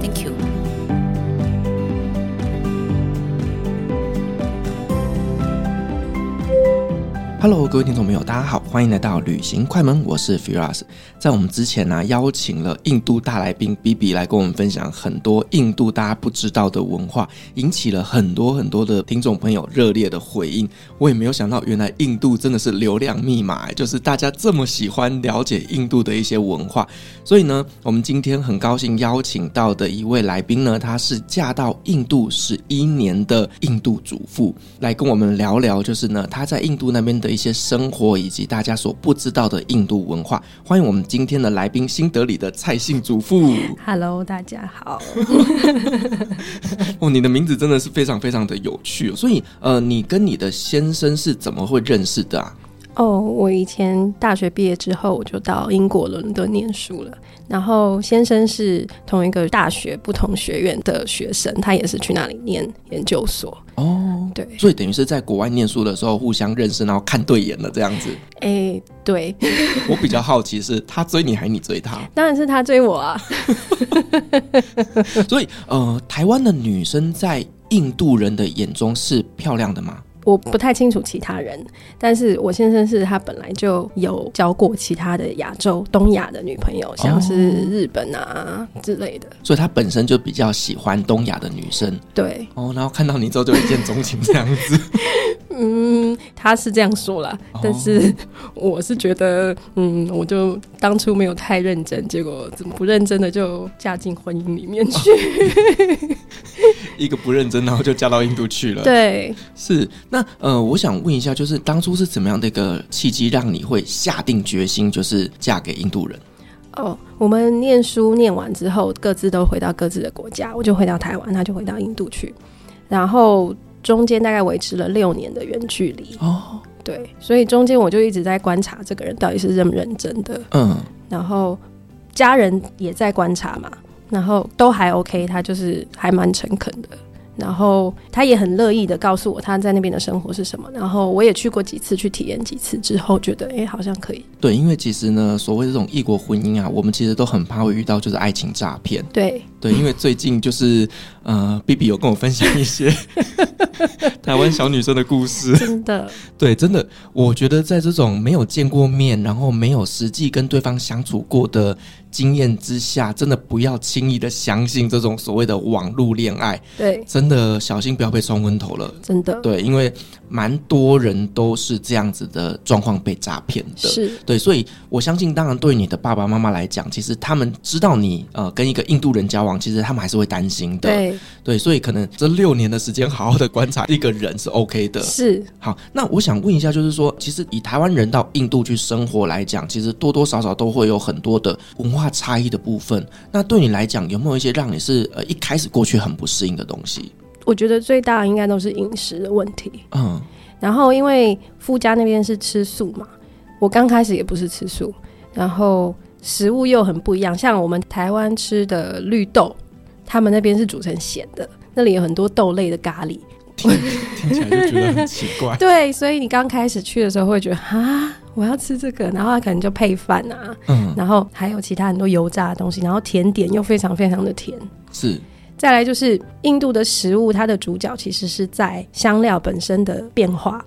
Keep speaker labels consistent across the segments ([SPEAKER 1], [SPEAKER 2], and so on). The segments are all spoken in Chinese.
[SPEAKER 1] Thank you.
[SPEAKER 2] 哈喽，各位听众朋友，大家好，欢迎来到旅行快门，我是 Firas。在我们之前呢、邀请了印度大来宾 B B 来跟我们分享很多印度大家不知道的文化，引起了很多很多的听众朋友热烈的回应。我也没有想到，原来印度真的是流量密码，就是大家这么喜欢了解印度的一些文化。所以呢，我们今天很高兴邀请到的一位来宾呢，她是嫁到印度十一年的印度主妇，来跟我们聊聊，就是呢，她在印度那边的一些生活，以及大家所不知道的印度文化。欢迎我们今天的来宾新德里的蔡姓主妇。
[SPEAKER 3] Hello，大家好。
[SPEAKER 2] 哦，你的名字真的是非常非常的有趣、哦。所以，呃，你跟你的先生是怎么会认识的啊？
[SPEAKER 3] 哦、我以前大学毕业之后，我就到英国伦敦念书了。然后先生是同一个大学不同学院的学生，他也是去那里念研究所。
[SPEAKER 2] 哦，
[SPEAKER 3] 对，
[SPEAKER 2] 所以等于是在国外念书的时候互相认识，然后看对眼了这样子。
[SPEAKER 3] 哎，对，
[SPEAKER 2] 我比较好奇是他追你还你追他，
[SPEAKER 3] 当然是他追我啊。
[SPEAKER 2] 所以呃，台湾的女生在印度人的眼中是漂亮的吗？
[SPEAKER 3] 我不太清楚其他人，但是我先生是他本来就有交过其他的亚洲、东亚的女朋友，像是日本啊之类的。
[SPEAKER 2] 所以她本身就比较喜欢东亚的女生
[SPEAKER 3] 对，
[SPEAKER 2] 哦，然后看到你之后就一见钟情这样子。
[SPEAKER 3] 嗯，他是这样说啦，
[SPEAKER 2] 哦
[SPEAKER 3] 但是 我是觉得，嗯，我就当初没有太认真，结果怎么不认真的就嫁进婚姻里面去。
[SPEAKER 2] 一个不认真，然后就嫁到印度去了。，
[SPEAKER 3] 对，
[SPEAKER 2] 是那呃，我想问一下，就是当初是怎么样的一个契机，让你会下定决心，就是嫁给印度人？
[SPEAKER 3] 哦，我们念书念完之后，各自都回到各自的国家，我就回到台湾，他就回到印度去，然后中间大概维持了六年的远距离。
[SPEAKER 2] 哦，
[SPEAKER 3] 对，所以中间我就一直在观察这个人到底是认不认真的，
[SPEAKER 2] 嗯，
[SPEAKER 3] 然后家人也在观察嘛，然后都还 OK，他就是还蛮诚恳的。然后他也很乐意的告诉我他在那边的生活是什么。然后我也去过几次，去体验几次之后，觉得诶好像可以。
[SPEAKER 2] 对，因为其实呢，所谓这种异国婚姻啊，我们其实都很怕会遇到就是爱情诈骗。
[SPEAKER 3] 对，
[SPEAKER 2] 对，因为最近就是呃，B B 有跟我分享一些台湾小女生的故事。
[SPEAKER 3] 真 的，
[SPEAKER 2] 对，真的，我觉得在这种没有见过面，然后没有实际跟对方相处过的经验之下，真的不要轻易的相信这种所谓的网络恋爱，
[SPEAKER 3] 对，
[SPEAKER 2] 真的小心不要被冲昏头了。
[SPEAKER 3] 真的，
[SPEAKER 2] 对，因为蛮多人都是这样子的状况被诈骗的。
[SPEAKER 3] 是，
[SPEAKER 2] 对，所以我相信，当然对你的爸爸妈妈来讲，其实他们知道你呃跟一个印度人交往，其实他们还是会担心的。
[SPEAKER 3] 对，
[SPEAKER 2] 对所以可能这六年的时间，好好的观察一个人是 OK 的。
[SPEAKER 3] 是，
[SPEAKER 2] 好，那我想问一下，就是说，其实以台湾人到印度去生活来讲，其实多多少少都会有很多的文化差异的部分。那对你来讲，有没有一些让你是呃一开始过去很不适应的东西？
[SPEAKER 3] 我觉得最大的应该都是饮食的问题。
[SPEAKER 2] 嗯，
[SPEAKER 3] 然后因为夫家那边是吃素嘛，我刚开始也不是吃素，然后食物又很不一样，像我们台湾吃的绿豆，他们那边是煮成咸的，那里有很多豆类的咖喱。
[SPEAKER 2] 听起来就觉得很奇怪。
[SPEAKER 3] 对，所以你刚开始去的时候会觉得啊，我要吃这个，然后他可能就配饭啊，
[SPEAKER 2] 嗯，
[SPEAKER 3] 然后还有其他很多油炸的东西，然后甜点又非常非常的甜。
[SPEAKER 2] 是
[SPEAKER 3] 再来就是印度的食物，它的主角其实是在香料本身的变化。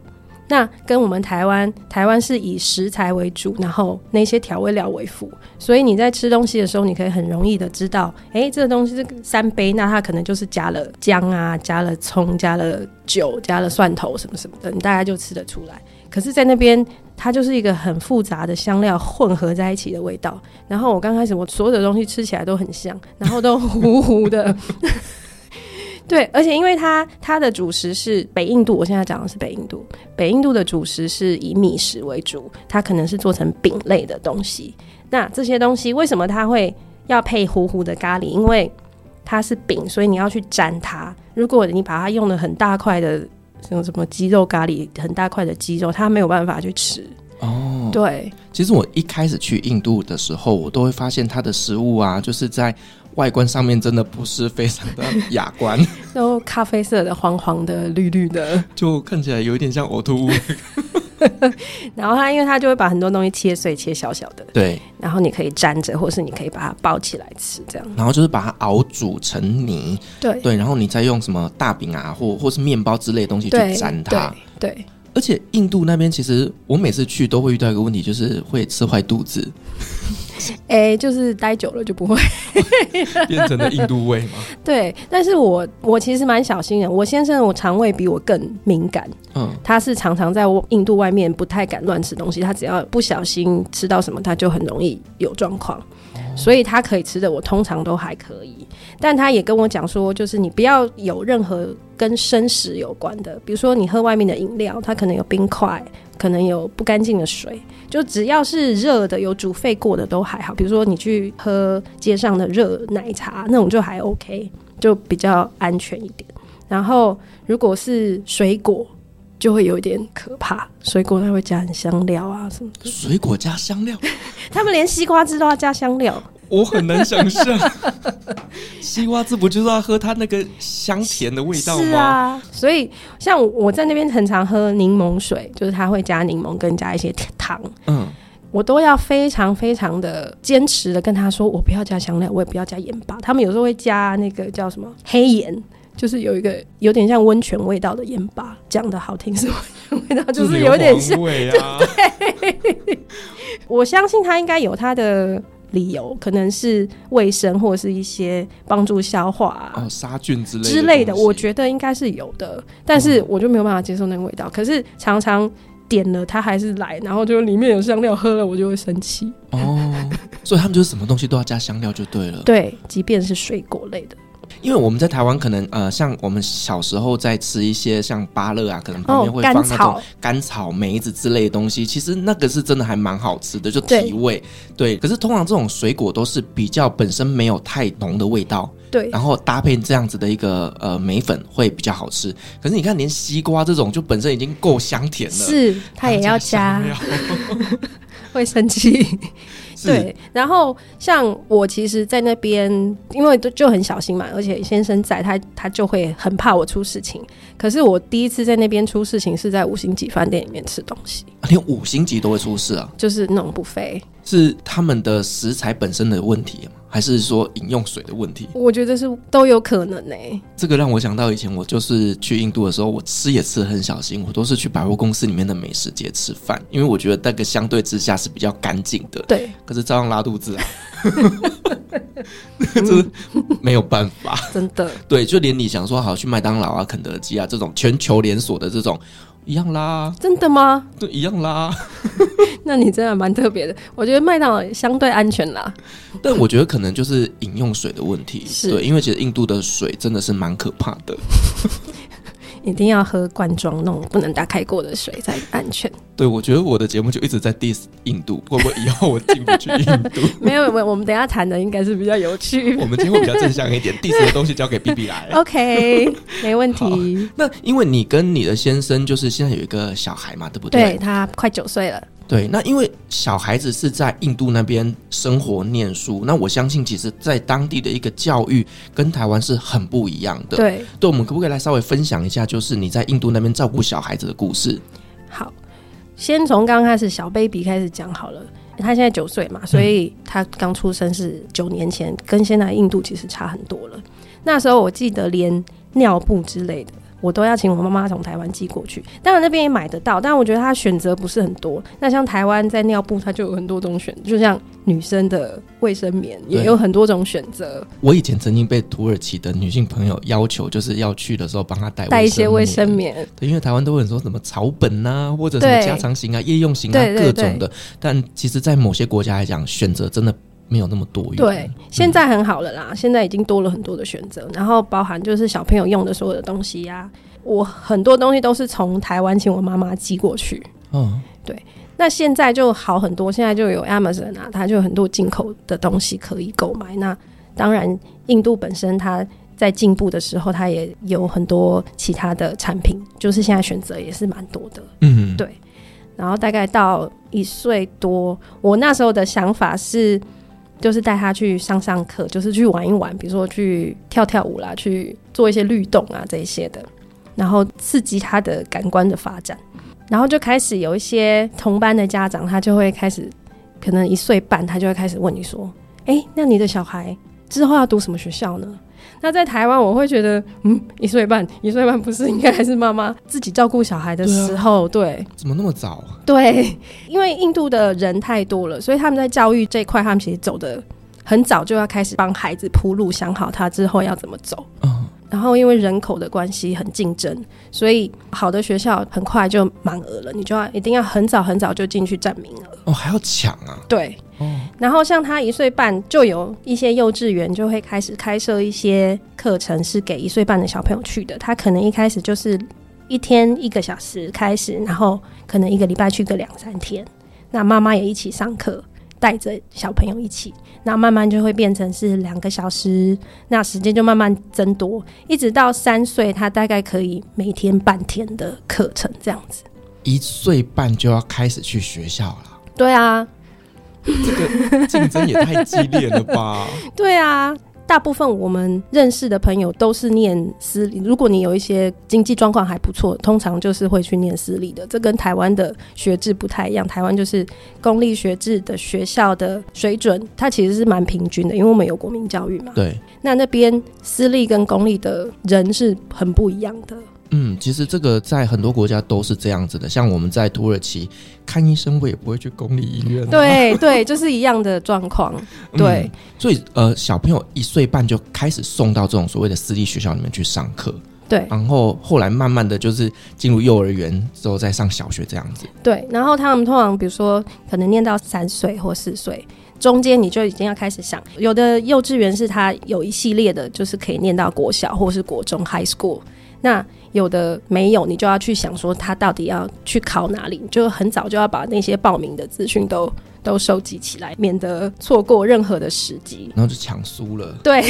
[SPEAKER 3] 那跟我们台湾，台湾是以食材为主，然后那些调味料为辅，所以你在吃东西的时候，你可以很容易的知道，诶，这个东西是三杯，那它可能就是加了姜啊，加了葱，加了酒，加了蒜头什么什么的，你大概就吃得出来。可是，在那边它就是一个很复杂的香料混合在一起的味道。然后我刚开始我所有的东西吃起来都很像，然后都糊糊的。对，而且因为它它的主食是北印度，我现在讲的是北印度。北印度的主食是以米食为主，它可能是做成饼类的东西。那这些东西为什么它会要配糊糊的咖喱，因为它是饼，所以你要去沾它。如果你把它用的很大块的，像什么鸡肉咖喱，很大块的鸡肉，它没有办法去吃。
[SPEAKER 2] 哦，
[SPEAKER 3] 对，
[SPEAKER 2] 其实我一开始去印度的时候，我都会发现它的食物啊， 就是在外观上面真的不是非常的雅观，
[SPEAKER 3] 然后咖啡色的、黄黄的、绿绿的，
[SPEAKER 2] 就看起来有一点像呕吐物。
[SPEAKER 3] 然后它因为它就会把很多东西切碎、切小小的，
[SPEAKER 2] 对，
[SPEAKER 3] 然后你可以沾着，或是你可以把它包起来吃，这样。
[SPEAKER 2] 然后就是把它熬煮成泥，
[SPEAKER 3] 对
[SPEAKER 2] 对，然后你再用什么大饼啊，或或是面包之类的东西去
[SPEAKER 3] 对
[SPEAKER 2] 沾它。
[SPEAKER 3] 对对，
[SPEAKER 2] 而且印度那边其实我每次去都会遇到一个问题，就是会吃坏肚子，
[SPEAKER 3] 哎、就是待久了 就不会。
[SPEAKER 2] 变成了印度味嘛。
[SPEAKER 3] 对，但是我我其实蛮小心的。我先生我肠胃比我更敏感，
[SPEAKER 2] 嗯，
[SPEAKER 3] 他是常常在印度外面不太敢乱吃东西，他只要不小心吃到什么，他就很容易有状况。所以他可以吃的，我通常都还可以。但他也跟我讲说，就是你不要有任何跟生食有关的，比如说你喝外面的饮料，它可能有冰块，可能有不干净的水，就只要是热的、有煮沸过的都还好。比如说你去喝街上的热奶茶那种就还 OK，就比较安全一点。然后如果是水果，就会有一点可怕。水果它会加很香料啊什么的，
[SPEAKER 2] 水果加香料，
[SPEAKER 3] 他们连西瓜汁都要加香料。
[SPEAKER 2] 我很难想象。 西瓜汁不就是要喝它那个香甜的味道吗？
[SPEAKER 3] 是啊，所以像我我在那边很常喝柠檬水，就是它会加柠檬跟加一些糖，
[SPEAKER 2] 嗯，
[SPEAKER 3] 我都要非常非常的坚持的跟他说，我不要加香料，我也不要加盐巴。他们有时候会加那个叫什么黑盐。就是有一个有点像温泉味道的盐巴，讲的好听是温泉味道，就是有点像。
[SPEAKER 2] 味啊。
[SPEAKER 3] 我相信他应该有他的理由，可能是卫生或者是一些帮助消化、啊
[SPEAKER 2] 哦，杀菌之类
[SPEAKER 3] 之类的，
[SPEAKER 2] 东西
[SPEAKER 3] 我觉得应该是有的，但是我就没有办法接受那个味道。可是常常点了，它还是来，然后就里面有香料，喝了我就会生气。
[SPEAKER 2] 哦， 所以他们就是什么东西都要加香料就对了。
[SPEAKER 3] 对，即便是水果类的，
[SPEAKER 2] 因为我们在台湾可能呃，像我们小时候在吃一些像芭乐啊，可能旁
[SPEAKER 3] 哦
[SPEAKER 2] 边会，放
[SPEAKER 3] 甘
[SPEAKER 2] 那种
[SPEAKER 3] 草，
[SPEAKER 2] 甘草、梅子之类的东西，其实那个是真的还蛮好吃的，就提
[SPEAKER 3] 对
[SPEAKER 2] 味。对，可是通常这种水果都是比较本身没有太浓的味道，
[SPEAKER 3] 对
[SPEAKER 2] 然后搭配这样子的一个呃梅粉会比较好吃。可是你看，连西瓜这种就本身已经够香甜了，
[SPEAKER 3] 是它
[SPEAKER 2] 还
[SPEAKER 3] 也要加
[SPEAKER 2] 香，料，
[SPEAKER 3] 会生气。
[SPEAKER 2] 是
[SPEAKER 3] 对，然后像我其实，在那边因为就就很小心嘛，而且先生在他他就会很怕我出事情。可是我第一次在那边出事情是在五星级饭店里面吃东西，
[SPEAKER 2] 连五星级都会出事啊。
[SPEAKER 3] 就是那种不菲。
[SPEAKER 2] 是他们的食材本身的问题吗？还是说饮用水的问题？
[SPEAKER 3] 我觉得是都有可能欸呢、
[SPEAKER 2] 这个让我想到以前我就是去印度的时候，我吃也吃得很小心，我都是去百货公司里面的美食街吃饭，因为我觉得那个相对之下是比较干净的。
[SPEAKER 3] 对，
[SPEAKER 2] 可是照样拉肚子啊， 这个没有办法。
[SPEAKER 3] 真的，
[SPEAKER 2] 对，就连你想说好去麦当劳啊、肯德基啊这种全球连锁的这种，一样啦，
[SPEAKER 3] 真的吗？
[SPEAKER 2] 对，一样啦。
[SPEAKER 3] 那你真的蛮特别的。我觉得麦当劳相对安全啦，
[SPEAKER 2] 但我觉得可能就是饮用水的问题，
[SPEAKER 3] 是
[SPEAKER 2] 对，因为其实印度的水真的是蛮可怕的。
[SPEAKER 3] 一定要喝罐装那种不能打开过的水才安全。
[SPEAKER 2] 对，我觉得我的节目就一直在 diss 印度，会不会以后我进不去印 度？
[SPEAKER 3] 没有，我我们等一下谈的应该是比较有趣
[SPEAKER 2] 我。们今天会比较正向一点，diss 的东西交给 B B 来。
[SPEAKER 3] OK，没问题。
[SPEAKER 2] 那因为你跟你的先生就是现在有一个小孩嘛，对不
[SPEAKER 3] 对
[SPEAKER 2] 对？
[SPEAKER 3] 他快九岁了，
[SPEAKER 2] 对那因为小孩子是在印度那边生活念书，那我相信其实在当地的一个教育跟台湾是很不一样的。，
[SPEAKER 3] 对，
[SPEAKER 2] 对，我们可不可以来稍微分享一下，就是你在印度那边照顾小孩子的故事？
[SPEAKER 3] 好，先从刚开始小 baby 开始讲好了。他现在九岁嘛，所以他刚出生是九年前，跟现在印度其实差很多了。那时候我记得连尿布之类的，我都要请我妈妈从台湾寄过去。当然那边也买得到，但我觉得他选择不是很多。那像台湾在尿布，它就有很多种选，就像女生的卫生棉也
[SPEAKER 2] 对
[SPEAKER 3] 有很多种选择，
[SPEAKER 2] 我以前曾经被土耳其的女性朋友要求，就是要去的时候帮她带
[SPEAKER 3] 带一些卫生
[SPEAKER 2] 棉。
[SPEAKER 3] 棉。
[SPEAKER 2] 对，因为台湾都会说什么草本呐、或者什么
[SPEAKER 3] 对
[SPEAKER 2] 家常型啊、夜用型啊
[SPEAKER 3] 对对
[SPEAKER 2] 各种的，但其实，在某些国家来讲，选择真的没有那么多元。
[SPEAKER 3] 对，现在很好了啦，现在已经多了很多的选择，然后包含就是小朋友用的所有的东西呀、我很多东西都是从台湾请我妈妈寄过去。
[SPEAKER 2] 嗯，
[SPEAKER 3] 那现在就好很多，现在就有 Amazon 啊，它就有很多进口的东西可以购买。那当然，印度本身它在进步的时候，它也有很多其他的产品，就是现在选择也是蛮多的。
[SPEAKER 2] 嗯，
[SPEAKER 3] 对然后大概到一岁多，我那时候的想法是，就是带他去上上课，就是去玩一玩，比如说去跳跳舞啦，去做一些律动啊这一些的，然后刺激他的感官的发展。然后就开始有一些同班的家长，他就会开始，可能一岁半，他就会开始问你说：“哎，那你的小孩之后要读什么学校呢？”那在台湾，我会觉得，嗯，一岁半，一岁半不是应该还是妈妈自己照顾小孩的
[SPEAKER 2] 对啊
[SPEAKER 3] 时候，对，
[SPEAKER 2] 怎么那么早？啊
[SPEAKER 3] 对，因为印度的人太多了，所以他们在教育这一块，他们其实走的很早就要开始帮孩子铺路，想好他之后要怎么走。
[SPEAKER 2] 嗯，
[SPEAKER 3] 然后因为人口的关系很竞争，所以好的学校很快就满额了，你就要一定要很早很早就进去占名额。
[SPEAKER 2] 哦，还要抢啊？
[SPEAKER 3] 对，
[SPEAKER 2] 哦，
[SPEAKER 3] 然后像他一岁半，就有一些幼稚园就会开始开设一些课程，是给一岁半的小朋友去的。他可能一开始就是一天一个小时开始，然后可能一个礼拜去个两三天，那妈妈也一起上课。带着小朋友一起，那慢慢就会变成是两个小时，那时间就慢慢增多，一直到三岁，他大概可以每天半天的课程这样子。
[SPEAKER 2] 一岁半就要开始去学校了，
[SPEAKER 3] 对啊，
[SPEAKER 2] 这个竞争也太激烈了 吧？
[SPEAKER 3] 对啊，大部分我们认识的朋友都是念私立。如果你有一些经济状况还不错，通常就是会去念私立的。这跟台湾的学制不太一样，台湾就是公立学制的学校的水准，它其实是蛮平均的，因为我们有国民教育嘛。
[SPEAKER 2] 对，
[SPEAKER 3] 那那边私立跟公立的人是很不一样的。
[SPEAKER 2] 嗯，其实这个在很多国家都是这样子的，像我们在土耳其看医生，我也不会去公立医院、啊。
[SPEAKER 3] 对对，就是一样的状况。
[SPEAKER 2] 嗯
[SPEAKER 3] 对，
[SPEAKER 2] 所以呃，小朋友一岁半就开始送到这种所谓的私立学校里面去上课，
[SPEAKER 3] 对，
[SPEAKER 2] 然后后来慢慢的就是进入幼儿园之后再上小学这样子。
[SPEAKER 3] 对，然后他们通常比如说可能念到三岁或四岁，中间你就已经要开始想，有的幼稚园是他有一系列的，就是可以念到国小或是国中 high school，那有的没有，你就要去想说他到底要去考哪里，就很早就要把那些报名的资讯都都收集起来，免得错过任何的时机。
[SPEAKER 2] 然后就抢输了，
[SPEAKER 3] 对，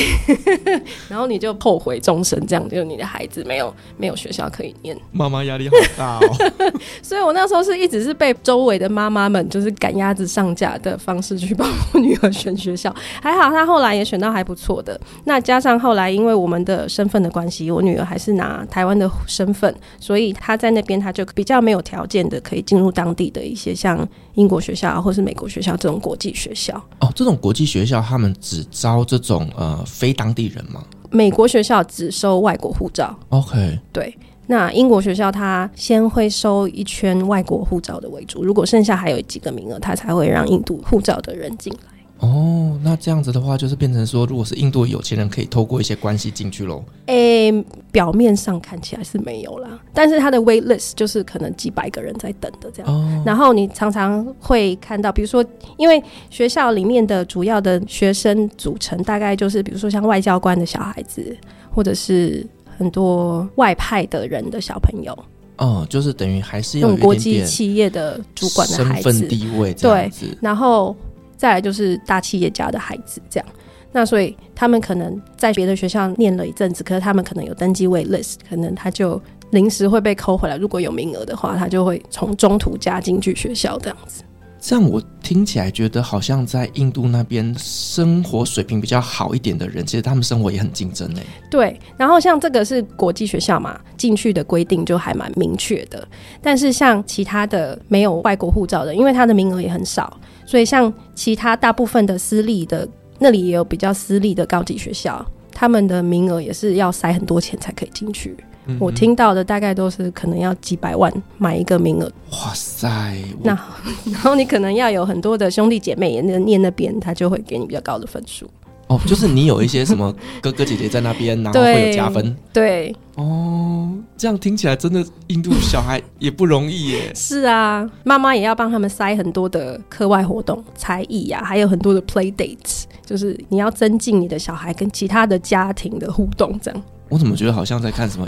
[SPEAKER 3] 然后你就后悔终身，这样就是你的孩子没有没有学校可以念。
[SPEAKER 2] 妈妈压力好大哦。
[SPEAKER 3] 所以我那时候是一直是被周围的妈妈们就是赶鸭子上架的方式去帮我女儿选学校，还好她后来也选到还不错的。那加上后来因为我们的身份的关系，我女儿还是拿台湾的身份，所以她在那边她就比较没有条件的可以进入当地的一些像英国学校啊或是美国学校这种国际学校。
[SPEAKER 2] 哦，这种国际学校他们只招这种呃非当地人吗
[SPEAKER 3] 美国学校只收外国护照，
[SPEAKER 2] ？OK，
[SPEAKER 3] 对。那英国学校它先会收一圈外国护照的为主，如果剩下还有几个名额，它才会让印度护照的人进来。
[SPEAKER 2] 哦，那这样子的话就是变成说，如果是印度的有钱人，可以透过一些关系进去喽。
[SPEAKER 3] 诶、表面上看起来是没有啦，但是它的 wait list 就是可能几百个人在等的这样。
[SPEAKER 2] 哦，
[SPEAKER 3] 然后你常常会看到，比如说，因为学校里面的主要的学生组成大概就是，比如说像外交官的小孩子，或者是很多外派的人的小朋友，
[SPEAKER 2] 哦，就是等于还是
[SPEAKER 3] 那
[SPEAKER 2] 要有
[SPEAKER 3] 种
[SPEAKER 2] 一
[SPEAKER 3] 国
[SPEAKER 2] 点
[SPEAKER 3] 际
[SPEAKER 2] 点
[SPEAKER 3] 企业的主管的孩
[SPEAKER 2] 身
[SPEAKER 3] 子
[SPEAKER 2] 份，地位这样子。
[SPEAKER 3] 然后再来就是大企业家的孩子这样。那所以他们可能在别的学校念了一阵子，可是他们可能有登记 wait list，可能他就临时会被扣回来。如果有名额的话，他就会从中途加进去学校这样子。
[SPEAKER 2] 这样我听起来觉得好像在印度那边生活水平比较好一点的人，其实他们生活也很竞争欸诶、
[SPEAKER 3] 对，然后像这个是国际学校嘛，进去的规定就还蛮明确的。但是像其他的没有外国护照的，因为他的名额也很少，所以像其他大部分的私立的，那里也有比较私立的高级学校，他们的名额也是要塞很多钱才可以进去。我听到的大概都是可能要几百万买一个名额，
[SPEAKER 2] 哇塞，
[SPEAKER 3] 那
[SPEAKER 2] 我
[SPEAKER 3] 然后你可能要有很多的兄弟姐妹也念那边，他就会给你比较高的分数。
[SPEAKER 2] 哦，就是你有一些什么哥哥姐姐在那 边，然后
[SPEAKER 3] 对
[SPEAKER 2] 会有加分
[SPEAKER 3] 对，
[SPEAKER 2] 哦。这样听起来真的印度小孩也不容易 耶。
[SPEAKER 3] 是啊，妈妈也要帮他们塞很多的课外活动、才艺啊，还有很多的 play dates，就是你要增进你的小孩跟其他的家庭的互动，这样。
[SPEAKER 2] 我怎么觉得好像在看什么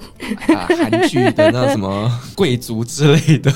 [SPEAKER 2] 啊韩剧的那什么贵族之类的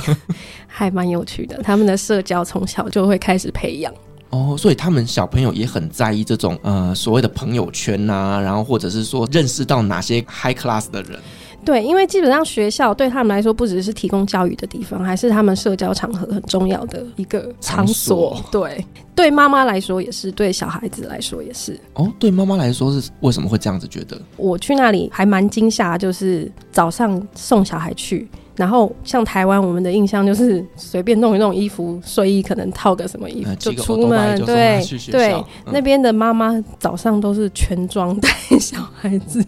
[SPEAKER 3] 还蛮有趣的。他们的社交从小就会开始培养。
[SPEAKER 2] 哦，所以他们小朋友也很在意这种呃所谓的朋友圈呐、然后或者是说认识到哪些 high class 的人。
[SPEAKER 3] 对，因为基本上学校对他们来说不只是提供教育的地方，还是他们社交场合很重要的一个
[SPEAKER 2] 场
[SPEAKER 3] 场
[SPEAKER 2] 所
[SPEAKER 3] 所。对，对妈妈来说也是，对小孩子来说也是。
[SPEAKER 2] 哦，对妈妈来说是为什么会这样子觉得？
[SPEAKER 3] 我去那里还蛮惊吓，就是早上送小孩去。然后像台湾，我们的印象就是随便弄一弄衣服、睡衣，可能套个什么衣服、
[SPEAKER 2] 呃，
[SPEAKER 3] 就
[SPEAKER 2] 骑个
[SPEAKER 3] 出
[SPEAKER 2] Otobai
[SPEAKER 3] 门。
[SPEAKER 2] 就送他
[SPEAKER 3] 对
[SPEAKER 2] 去学
[SPEAKER 3] 对
[SPEAKER 2] 校，，嗯
[SPEAKER 3] 那边的妈妈早上都是全妆带小孩子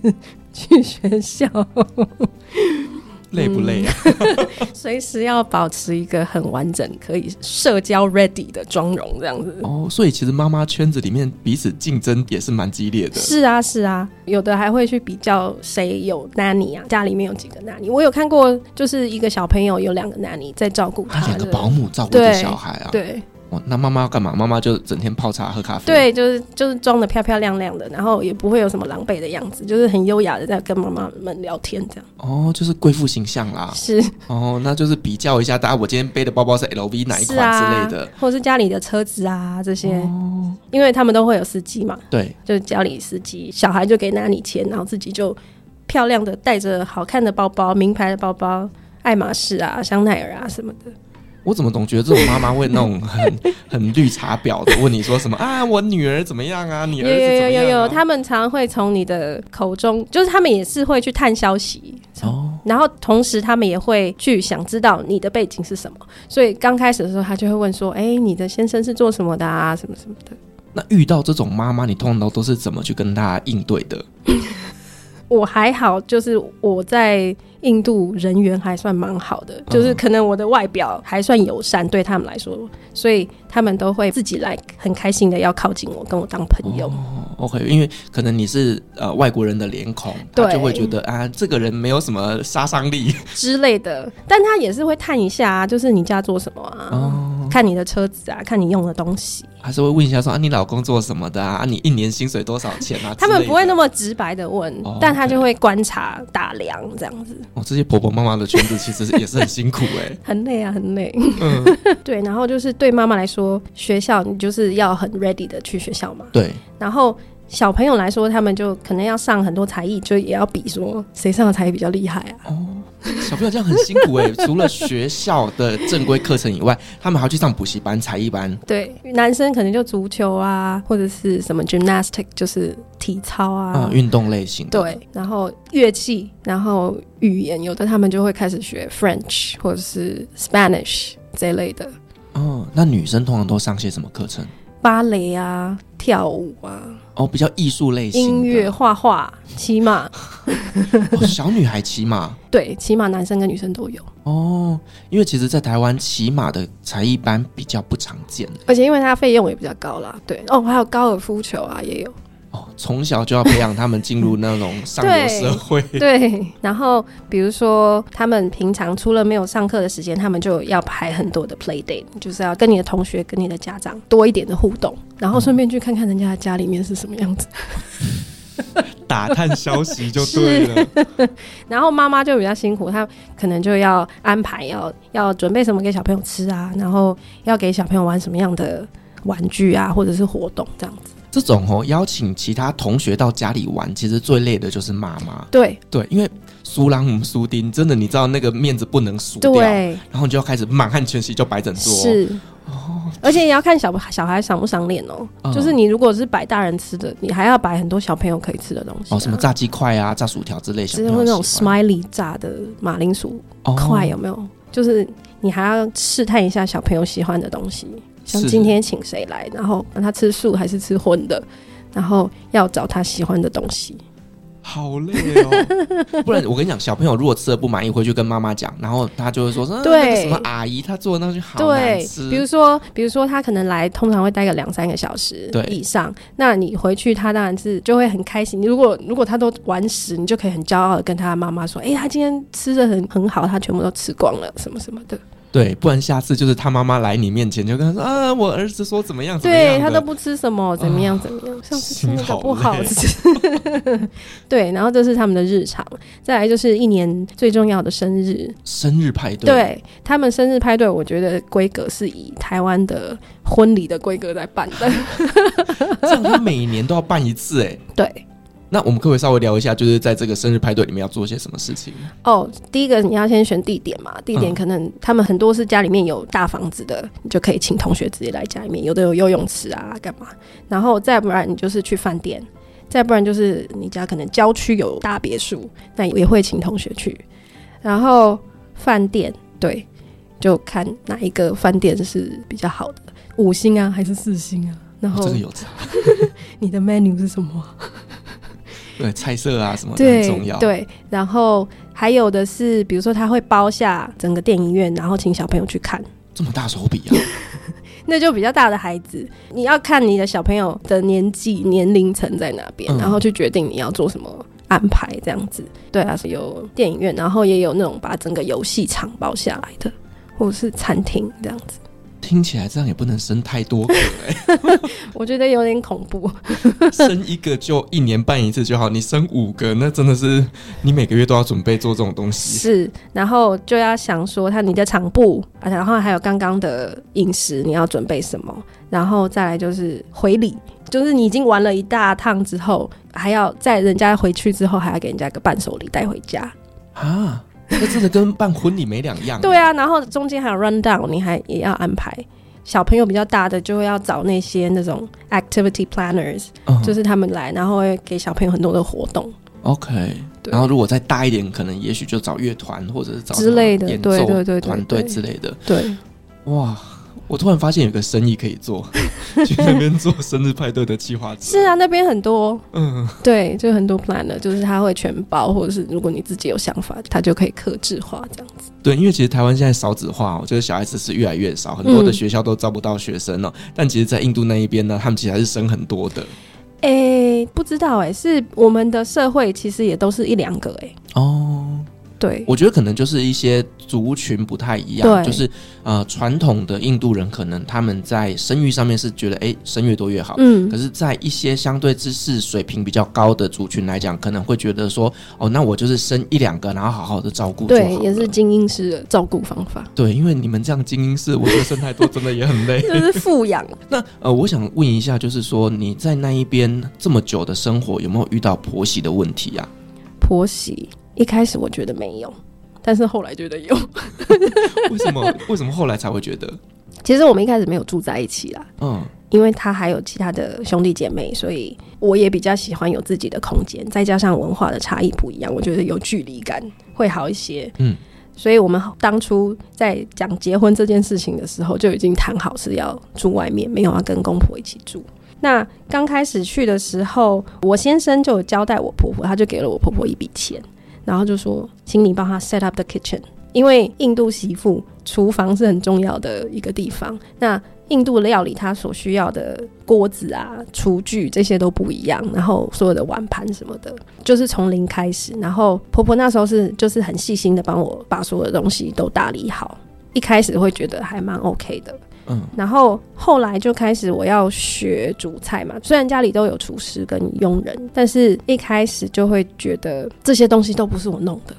[SPEAKER 3] 去学校。
[SPEAKER 2] 累不累啊？
[SPEAKER 3] 随时要保持一个很完整、可以社交 ready 的妆容，这样子。
[SPEAKER 2] 哦，所以其实妈妈圈子里面彼此竞争也是蛮激烈的。
[SPEAKER 3] 是啊，是啊，有的还会去比较谁有 nanny 啊，家里面有几个 nanny。我有看过，就是一个小朋友有两个 nanny 在照顾
[SPEAKER 2] 他
[SPEAKER 3] 他，
[SPEAKER 2] 两个
[SPEAKER 3] 对
[SPEAKER 2] 保姆照顾着
[SPEAKER 3] 对
[SPEAKER 2] 小孩啊，
[SPEAKER 3] 对
[SPEAKER 2] 哦，那妈妈要干嘛？妈妈就整天泡茶喝咖啡。，
[SPEAKER 3] 对，就是就是装的漂漂亮亮的，然后也不会有什么狼狈的样子，就是很优雅的在跟妈妈们聊天，这样
[SPEAKER 2] 哦，就是贵妇形象啦。
[SPEAKER 3] 是
[SPEAKER 2] 哦，那就是比较一下，大家我今天背的包包是 LV 哪一
[SPEAKER 3] 是
[SPEAKER 2] 款之
[SPEAKER 3] 啊
[SPEAKER 2] 类的。，哦
[SPEAKER 3] 或是家里的车子啊这些，因为他们都会有司机嘛，
[SPEAKER 2] 对，
[SPEAKER 3] 就是家里司机，小孩就给拿你钱，然后自己就漂亮的带着好看的包包、名牌的包包、爱马仕啊、香奈儿啊什么的。
[SPEAKER 2] 我怎么总觉得这种妈妈会那种 很很绿茶婊的问你说什么啊？我女儿怎么样啊？你儿
[SPEAKER 3] 有
[SPEAKER 2] 子怎么样、
[SPEAKER 3] 有
[SPEAKER 2] 啊？
[SPEAKER 3] 有有有，他们常会从你的口中，就是他们也是会去探消息。
[SPEAKER 2] 哦
[SPEAKER 3] 然后同时，他们也会去想知道你的背景是什么，所以刚开始的时候，他就会问说：“哎，你的先生是做什么的啊？什么什么的。
[SPEAKER 2] 那遇到这种妈妈，你通常都都是怎么去跟她应对的？”
[SPEAKER 3] 我还好，就是我在印度人缘还算蛮好的，就是可能我的外表还算友善，对他们来说，所以他们都会自
[SPEAKER 2] 嗯
[SPEAKER 3] 己来很开心的要靠近我，跟我当朋友。
[SPEAKER 2] 哦，OK，因为可能你是呃外国人的脸孔，
[SPEAKER 3] 对
[SPEAKER 2] 他就会觉得啊，这个人没有什么杀伤力。
[SPEAKER 3] 之类的，但他也是会探一下、啊，就是你家做什么啊，
[SPEAKER 2] 哦
[SPEAKER 3] 看你的车子啊，看你用的东西，
[SPEAKER 2] 还是会问一嗯下说啊，你老公做什么的啊？啊你一年薪水多少钱啊？
[SPEAKER 3] 他们
[SPEAKER 2] 之类的
[SPEAKER 3] 不会那么直白的问，
[SPEAKER 2] 哦
[SPEAKER 3] 但他
[SPEAKER 2] OK
[SPEAKER 3] 就会观察打量这样子，
[SPEAKER 2] 哦，这些婆婆妈妈的圈子其实是也是很辛苦哎、
[SPEAKER 3] 很累啊，很累。
[SPEAKER 2] 嗯
[SPEAKER 3] 对，然后就是对妈妈来说，学校你就是要很 ready 的去学校嘛，
[SPEAKER 2] 对，
[SPEAKER 3] 然后小朋友来说，他们就可能要上很多才艺，就也要比说谁上的才艺比较厉害啊。
[SPEAKER 2] 小朋友这样很辛苦哎、 除了学校的正规课程以外，他们还要去上补习班、才艺班。
[SPEAKER 3] 对，男生可能就足球啊，或者是什么 gymnastic，就是体操啊。
[SPEAKER 2] 啊，运动类型的，
[SPEAKER 3] 对，然后乐器，然后语言，有的他们就会开始学 French 或者是 Spanish 这类的
[SPEAKER 2] 哦，那女生通常都上些什么课程？
[SPEAKER 3] 芭蕾啊、跳舞啊、
[SPEAKER 2] 哦，比较艺术类型的
[SPEAKER 3] 音乐、画画、骑马。
[SPEAKER 2] 哦，小女孩骑马，
[SPEAKER 3] 对，骑马男生跟女生都有。
[SPEAKER 2] 哦，因为其实，在台湾骑马的才艺班比较不常见
[SPEAKER 3] 而且因为它费用也比较高啦，对哦，还有高尔夫球啊也有，
[SPEAKER 2] 哦，从小就要培养他们进入那种上流社会。
[SPEAKER 3] 对，然后比如说他们平常除了没有上课的时间，他们就要排很多的 play date，就是要跟你的同学、跟你的家长多一点的互动，然后顺便去看看人家的家里面是什么样子。
[SPEAKER 2] 打探消息就对 了。
[SPEAKER 3] 然后妈妈就比较辛苦，她可能就要安排要要准备什么给小朋友吃啊，然后要给小朋友玩什么样的玩具啊，或者是活动这样子。
[SPEAKER 2] 这种哦，邀请其他同学到家里玩，其实最累的就是妈妈。
[SPEAKER 3] 对
[SPEAKER 2] 对，因为苏朗姆苏丁真的，你知道那个面子不能输掉，
[SPEAKER 3] 对，
[SPEAKER 2] 然后你就要哦开始满汉全席就摆整桌。，
[SPEAKER 3] 是。而且也要看小小孩赏不赏脸哦，
[SPEAKER 2] 嗯
[SPEAKER 3] 就是你如果是摆大人吃的，你还要摆很多小朋友可以吃的东西、啊，
[SPEAKER 2] 哦，什么炸鸡块啊、炸薯条之类，
[SPEAKER 3] 就是会那种
[SPEAKER 2] 小朋
[SPEAKER 3] smiley 炸的马铃薯
[SPEAKER 2] 友喜欢
[SPEAKER 3] 块
[SPEAKER 2] 哦
[SPEAKER 3] 有没有？就是你还要试探一下小朋友喜欢的东西，像
[SPEAKER 2] 是
[SPEAKER 3] 今天请谁来，然后让他吃素还是吃荤的，然后要找他喜欢的东西。
[SPEAKER 2] 好累 哦。不然我跟你讲，小朋友如果吃的不满意，回去跟妈妈讲，然后他就会说，啊、
[SPEAKER 3] 对
[SPEAKER 2] 那个什么阿姨她做的那就好难
[SPEAKER 3] 对，
[SPEAKER 2] 吃。
[SPEAKER 3] 比如说，比如说他可能来，通常会待个两三个小时
[SPEAKER 2] 对
[SPEAKER 3] 以上。那你回去，他当然是就会很开心。你如果如果他都完食，你就 可以很骄傲的跟他妈妈说：“哎、他今天吃的很很好，他全部都吃光了，什么什么的。
[SPEAKER 2] 对，不然下次就是他妈妈来你面前就跟他说啊，我儿子说怎么样怎么样的，
[SPEAKER 3] 对他都不吃什么，怎么样怎么 样，上次吃那个不好吃。对，然后这是他们的日常。再来就是一年最重要的生日，
[SPEAKER 2] 生日派对，
[SPEAKER 3] 对他们生日派对，我觉得规格是以台湾的婚礼的规格在办的。
[SPEAKER 2] 这样他每年都要办一次哎。
[SPEAKER 3] 对，
[SPEAKER 2] 那我们可不可以稍微聊一下，就是在这个生日派对里面要做些什么事情？
[SPEAKER 3] 哦，第一个你要先选地点嘛，地点
[SPEAKER 2] 嗯
[SPEAKER 3] 可能他们很多是家里面有大房子的，你就可以请同学直接来家里面，有的有游泳池啊，干嘛？然后再不然你就是去饭店，再不然就是你家可能郊区有大别墅，那也会请同学去。然后饭店对，就看哪一个饭店是比较好的，五星啊还是四星啊？然后
[SPEAKER 2] 哦这个有差
[SPEAKER 3] 你的 menu 是什么啊？
[SPEAKER 2] 对菜色啊什么的很
[SPEAKER 3] 对
[SPEAKER 2] 重要。，
[SPEAKER 3] 对，然后还有的是，比如说他会包下整个电影院，然后请小朋友去看，
[SPEAKER 2] 这么大手笔啊，
[SPEAKER 3] 那就比较大的孩子，你要看你的小朋友的年纪、年龄层在哪边，
[SPEAKER 2] 嗯
[SPEAKER 3] 然后去决定你要做什么。安排这样子，对啊，有电影院，然后也有那种把整个游戏场包下来的，或者是餐厅这样子，
[SPEAKER 2] 听起来这样也不能生太多 个哎、
[SPEAKER 3] 我觉得有点恐怖。
[SPEAKER 2] 生一个就一年办一次就好，你生五个那真的是你每个月都要准备做这种东西。
[SPEAKER 3] 是，然后就要想说他你的场部，啊然后还有刚刚的饮食你要准备什么，然后再来就是回礼，就是你已经玩了一大趟之后，还要在人家回去之后还要给人家个伴手礼带回家。
[SPEAKER 2] 啊，那真的跟办婚礼没两样。
[SPEAKER 3] 对，啊，然后中间还有 run down，你还也要安排。小朋友比较大的就会要找那些那种 activity planners，、
[SPEAKER 2] 嗯、
[SPEAKER 3] 就是他们来，然后会给小朋友很多的活动
[SPEAKER 2] OK。
[SPEAKER 3] 对
[SPEAKER 2] 然后如果再大一点，可能也许就找乐团或者是找
[SPEAKER 3] 之
[SPEAKER 2] 什么
[SPEAKER 3] 类的
[SPEAKER 2] 演
[SPEAKER 3] 对
[SPEAKER 2] 奏
[SPEAKER 3] 对对对
[SPEAKER 2] 团队
[SPEAKER 3] 对
[SPEAKER 2] 之类的。
[SPEAKER 3] 对，
[SPEAKER 2] 哇，我突然发现有个生意可以做， 去那边做生日派对的计划者。
[SPEAKER 3] 是啊，那边很多
[SPEAKER 2] 嗯，
[SPEAKER 3] 对，就很多 plan 的，就是他会全包，或者是如果你自己有想法，他就可以克制化这样子。
[SPEAKER 2] 对，因为其实台湾现在少子化哦，就是小孩子是越来越少，很
[SPEAKER 3] 嗯
[SPEAKER 2] 多的学校都招不到学生哦。但其实，在印度那一边呢，他们其实还是生很多的
[SPEAKER 3] 诶、不知道诶、是我们的社会其实也都是一两个诶、
[SPEAKER 2] 哦。
[SPEAKER 3] 对，
[SPEAKER 2] 我觉得可能就是一些族群不太一样，
[SPEAKER 3] 对
[SPEAKER 2] 就是呃，传统的印度人可能他们在生育上面是觉得，诶，生越多越好。
[SPEAKER 3] 嗯
[SPEAKER 2] 可，是，在一些相对知识水平比较高的族群来讲，可能会觉得说，哦，那我就是生一两个，然后好好的照顾就好
[SPEAKER 3] 对，
[SPEAKER 2] 了
[SPEAKER 3] 也是精英式的照顾方法，
[SPEAKER 2] 对，因为你们这样精英式，我觉得生太多真的也很累。
[SPEAKER 3] 就是富养。
[SPEAKER 2] 那呃，我想问一下，就是说你在那一边这么久的生活，有没有遇到婆媳的问题啊？
[SPEAKER 3] 婆媳一开始我觉得没有，但是后来觉得有。
[SPEAKER 2] 为什么？为什么后来才会觉得？
[SPEAKER 3] 其实我们一开始没有住在一起啦，
[SPEAKER 2] 嗯，
[SPEAKER 3] 因为他还有其他的兄弟姐妹，所以我也比较喜欢有自己的空间，再加上文化的差异不一样，我觉得有距离感会好一些。
[SPEAKER 2] 嗯，
[SPEAKER 3] 所以我们当初在讲结婚这件事情的时候，就已经谈好是要住外面，没有要跟公婆一起住。那刚开始去的时候，我先生就有交代我婆婆，他就给了我婆婆一笔钱，然后就说，请你帮她 set up the kitchen，因为印度媳妇厨房是很重要的一个地方。那印度料理它所需要的锅子啊、厨具这些都不一样，然后所有的碗盘什么的，就是从零开始。然后婆婆那时候是就是很细心的帮我把所有的东西都打理好，一开始会觉得还蛮 OK 的。
[SPEAKER 2] 嗯，
[SPEAKER 3] 然后后来就开始我要学煮菜嘛，虽然家里都有厨师跟佣人，但是一开始就会觉得这些东西都不是我弄的，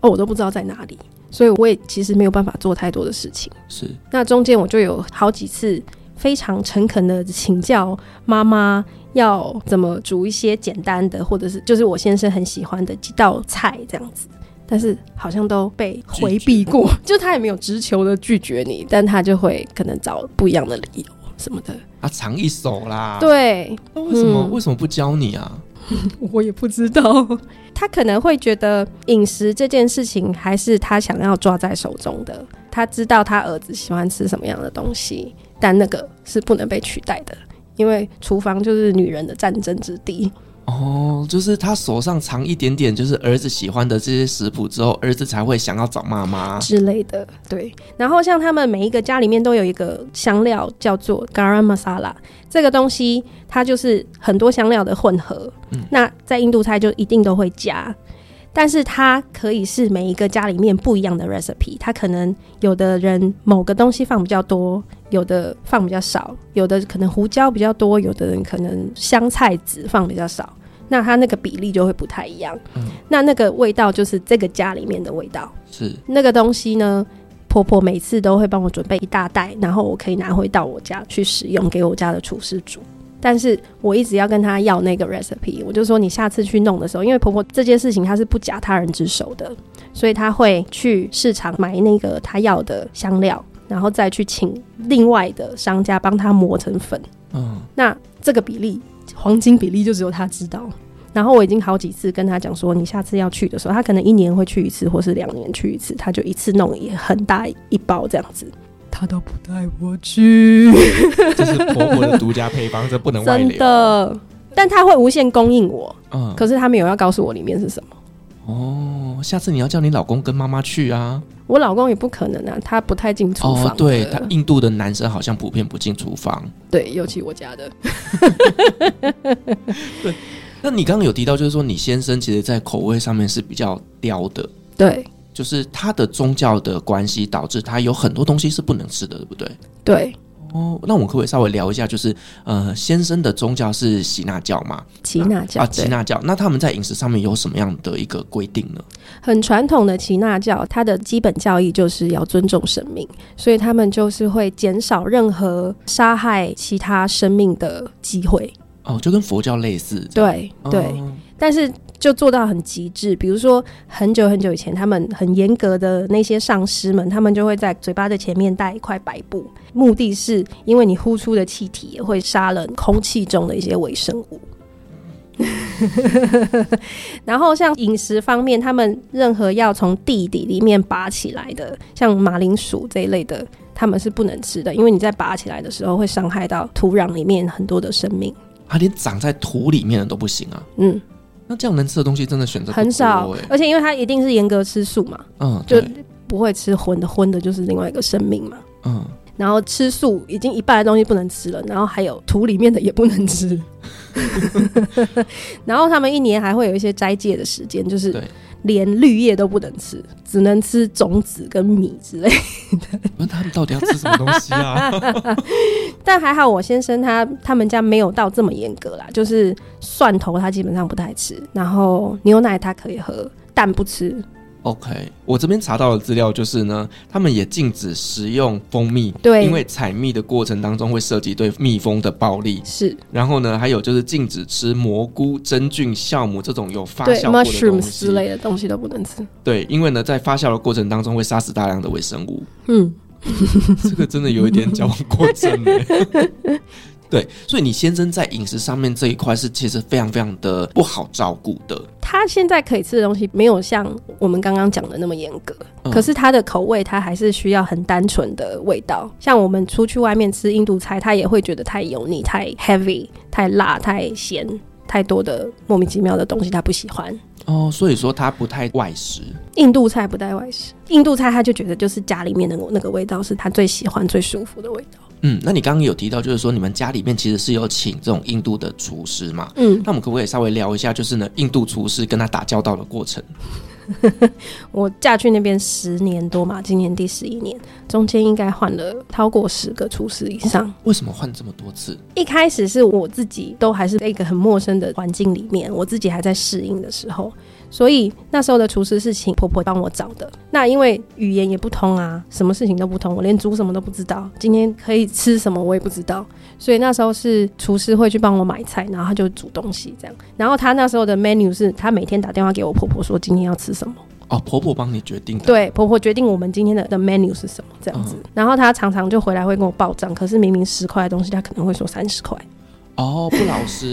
[SPEAKER 3] 哦，我都不知道在哪里，所以我也其实没有办法做太多的事情。
[SPEAKER 2] 是
[SPEAKER 3] 那中间我就有好几次非常诚恳的请教妈妈要怎么煮一些简单的，或者是就是我先生很喜欢的几道菜这样子。但是好像都被回避过， 就他也没有直球的拒绝你，但他就会可能找不一样的理由什么的。
[SPEAKER 2] 啊，藏一手啦。，
[SPEAKER 3] 对
[SPEAKER 2] 那为什么、
[SPEAKER 3] 嗯
[SPEAKER 2] 为什么不教你啊？
[SPEAKER 3] 我也不知道， 他可能会觉得饮食这件事情还是他想要抓在手中的，他知道他儿子喜欢吃什么样的东西，但那个是不能被取代的，因为厨房就是女人的战争之地。
[SPEAKER 2] 哦，就是他手上藏一点点，就是儿子喜欢的这些食谱之后，儿子才会想要找妈妈。
[SPEAKER 3] 之类的，对。然后像他们每一个家里面都有一个香料叫做 garam masala，这个东西它就是很多香料的混合。那在印度菜就一定都会加，但是它可以是每一个家里面不一样的 recipe，它可能有的人某个东西放比较多，有的放比较少，有的可能胡椒比较多，有的人可能香菜籽放比较少，那它那个比例就会不太一样。
[SPEAKER 2] 嗯
[SPEAKER 3] 那那个味道就是这个家里面的味道。
[SPEAKER 2] 是
[SPEAKER 3] 那个东西呢，婆婆每次都会帮我准备一大袋，然后我可以拿回到我家去使用，给我家的厨师煮。但是我一直要跟她要那个 recipe，我就说你下次去弄的时候，因为婆婆这件事情她是不假他人之手的，所以她会去市场买那个她要的香料，然后再去请另外的商家帮她磨成粉。
[SPEAKER 2] 嗯
[SPEAKER 3] 那这个比例，黄金比例就只有他知道。然后我已经好几次跟他讲说，你下次要去的时候，他可能一年会去一次，或是两年去一次，他就一次弄也很大一包这样子。他都不带我去，
[SPEAKER 2] 这是婆婆的独家配方，这不能外
[SPEAKER 3] 真
[SPEAKER 2] 流。
[SPEAKER 3] 的。但他会无限供应我，
[SPEAKER 2] 嗯
[SPEAKER 3] 可是他没有要告诉我里面是什么。
[SPEAKER 2] 哦，下次你要叫你老公跟妈妈去啊。
[SPEAKER 3] 我老公也不可能啊，他不太进厨房的、
[SPEAKER 2] 哦，对他印度的男生好像普遍不进厨房。
[SPEAKER 3] 对，尤其我家的。
[SPEAKER 2] 那你刚刚有提到，就是说你先生其实在口味上面是比较刁的，
[SPEAKER 3] 对
[SPEAKER 2] 就是他的宗教的关系导致他有很多东西是不能吃的，对不对？
[SPEAKER 3] 对，
[SPEAKER 2] 哦，那我们可不可以稍微聊一下，就是呃，先生的宗教是喜纳教嘛？
[SPEAKER 3] 吉娜家
[SPEAKER 2] 啊，吉纳教。那他们在饮食上面有什么样的一个规定呢？
[SPEAKER 3] 很传统的耆那教，它的基本教义就是要尊重生命，所以他们就是会减少任何杀害其他生命的机会。
[SPEAKER 2] 哦，就跟佛教类似。
[SPEAKER 3] 对对，
[SPEAKER 2] 哦
[SPEAKER 3] 但是就做到很极致。比如说，很久很久以前，他们很严格的那些上师们，他们就会在嘴巴的前面带一块白布，目的是因为你呼出的气体也会杀了空气中的一些微生物。然后像饮食方面，他们任何要从地底里面拔起来的，像马铃薯这一类的，他们是不能吃的，因为你在拔起来的时候会伤害到土壤里面很多的生命。
[SPEAKER 2] 他啊连长在土里面的都不行啊。
[SPEAKER 3] 嗯，
[SPEAKER 2] 那这样能吃的东西真的选择不
[SPEAKER 3] 很少
[SPEAKER 2] 多欸，
[SPEAKER 3] 而且因为它一定是严格吃素嘛，
[SPEAKER 2] 嗯，
[SPEAKER 3] 就
[SPEAKER 2] 对
[SPEAKER 3] 不会吃荤的，荤的就是另外一个生命嘛。
[SPEAKER 2] 嗯，
[SPEAKER 3] 然后吃素已经一半的东西不能吃了，然后还有土里面的也不 能吃。然后他们一年还会有一些斋戒的时间，就是
[SPEAKER 2] 对
[SPEAKER 3] 连绿叶都不能吃，只能吃种子跟米之 类。
[SPEAKER 2] 那他们到底要吃什么东西啊？
[SPEAKER 3] 但还好我先生他他们家没有到这么严格啦，就是蒜头他基本上不太吃，然后牛奶他可以喝，蛋不吃。
[SPEAKER 2] OK，我这边查到的资料就是呢，他们也禁止食用蜂蜜，
[SPEAKER 3] 对
[SPEAKER 2] 因为采蜜的过程当中会涉及对蜜蜂的暴力。
[SPEAKER 3] 是
[SPEAKER 2] 然后呢，还有就是禁止吃蘑菇、真菌、酵母这种有发
[SPEAKER 3] 对
[SPEAKER 2] 酵过的东
[SPEAKER 3] mushrooms
[SPEAKER 2] 西。
[SPEAKER 3] 之类的东西都不能吃。
[SPEAKER 2] 对，因为呢，在发酵的过程当中会杀死大量的微生 物。
[SPEAKER 3] 嗯，
[SPEAKER 2] 这个真的有一点矫枉过正 欸对，所以你先生在饮食上面这一块是其实非常非常的不好照顾的。
[SPEAKER 3] 他现在可以吃的东西没有像我们刚刚讲的那么严格，
[SPEAKER 2] 嗯
[SPEAKER 3] 可是他的口味他还是需要很单纯的味道。像我们出去外面吃印度菜，他也会觉得太油腻、太 heavy、太辣、太咸、太多的莫名其妙的东西，他不喜欢。
[SPEAKER 2] 哦，所以说他不太外食。
[SPEAKER 3] 印度菜不带外食，印度菜他就觉得就是家里面的那个味道是他最喜欢、最舒服的味道。
[SPEAKER 2] 嗯，那你刚刚有提到，就是说你们家里面其实是有请这种印度的厨师嘛？
[SPEAKER 3] 嗯，
[SPEAKER 2] 那我们可不可以稍微聊一下，就是呢，印度厨师跟他打交道的过程？
[SPEAKER 3] 我嫁去那边十年多嘛，今年第十一年，中间应该换了超过十个厨师以上。
[SPEAKER 2] 为什么换这么多次？
[SPEAKER 3] 一开始是我自己都还是在一个很陌生的环境里面，我自己还在适应的时候，所以那时候的厨师是请婆婆帮我找的。那因为语言也不通啊，什么事情都不通，我连煮什么都不知道，今天可以吃什么我也不知道，所以那时候是厨师会去帮我买菜，然后他就煮东西这样。然后他那时候的 menu 是他每天打电话给我婆婆说今天要吃什么。
[SPEAKER 2] 哦，婆婆帮你决定的。，
[SPEAKER 3] 对，婆婆决定我们今天的的 menu 是什么这样子，然后她常常就回来会跟我报账，可是明明十块的东西，她可能会说三十块
[SPEAKER 2] 哦，不老实。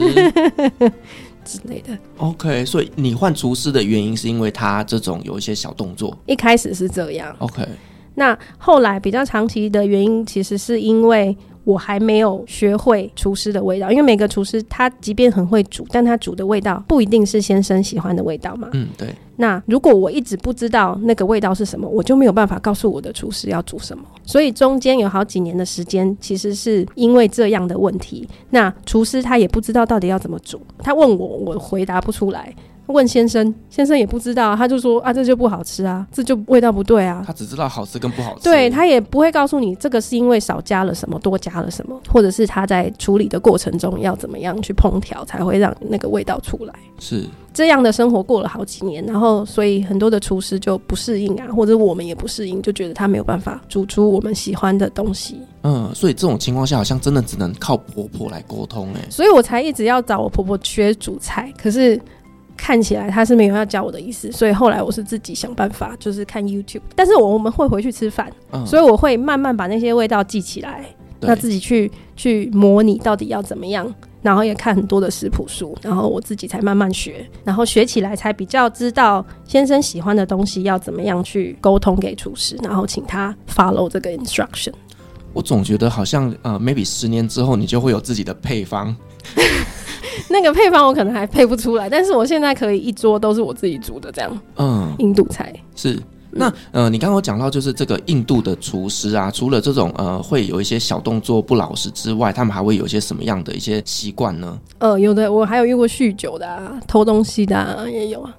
[SPEAKER 3] 之类的。
[SPEAKER 2] OK，所以你换厨师的原因是因为他这种有一些小动作。
[SPEAKER 3] 一开始是这样，
[SPEAKER 2] OK，
[SPEAKER 3] 那后来比较长期的原因，其实是因为我还没有学会厨师的味道，因为每个厨师他即便很会煮，但他煮的味道不一定是先生喜欢的味道嘛。
[SPEAKER 2] 嗯，对，
[SPEAKER 3] 那如果我一直不知道那个味道是什么，我就没有办法告诉我的厨师要煮什么。所以中间有好几年的时间，其实是因为这样的问题，那厨师他也不知道到底要怎么煮，他问我，我回答不出来。问先生，先生也不知道，他就说啊，这就不好吃啊，这就味道不对啊。
[SPEAKER 2] 他只知道好吃跟不好吃。
[SPEAKER 3] 对他也不会告诉你这个是因为少加了什么，多加了什么，或者是他在处理的过程中要怎么样去烹调才会让那个味道出来。
[SPEAKER 2] 是
[SPEAKER 3] 这样的生活过了好几年，然后所以很多的厨师就不适应啊，或者我们也不适应，就觉得他没有办法煮出我们喜欢的东西，
[SPEAKER 2] 嗯，所以这种情况下好像真的只能靠婆婆来沟通哎、
[SPEAKER 3] 所以我才一直要找我婆婆学煮菜，可是。看起来她是没有要教我的意思，所以后来我是自己想办法，就是看 YouTube。但是我我们会回去吃饭，
[SPEAKER 2] 嗯，
[SPEAKER 3] 所以我会慢慢把那些味道记起来，那自
[SPEAKER 2] 己
[SPEAKER 3] 己去去模拟到底要怎么样，然后也看很多的食谱书，然后我自己才慢慢学，然后学起来才比较知道先生喜欢的东西要怎么样去沟通给厨师，然后请他 follow 这个 instruction。
[SPEAKER 2] 我总觉得好像呃，maybe 十年之后你就会有自己的配方。
[SPEAKER 3] 那个配方我可能还配不出来，但是我现在可以一桌都是我自己煮的这样
[SPEAKER 2] 嗯，
[SPEAKER 3] 印度菜。
[SPEAKER 2] 是。那呃，你刚刚有讲到就是这个印度的厨师啊，除了这种呃会有一些小动作不老实之外，他们还会有一些什么样的一些习惯呢？
[SPEAKER 3] 呃，有的我还有遇过酗酒的、啊、偷东西的、啊、也有啊。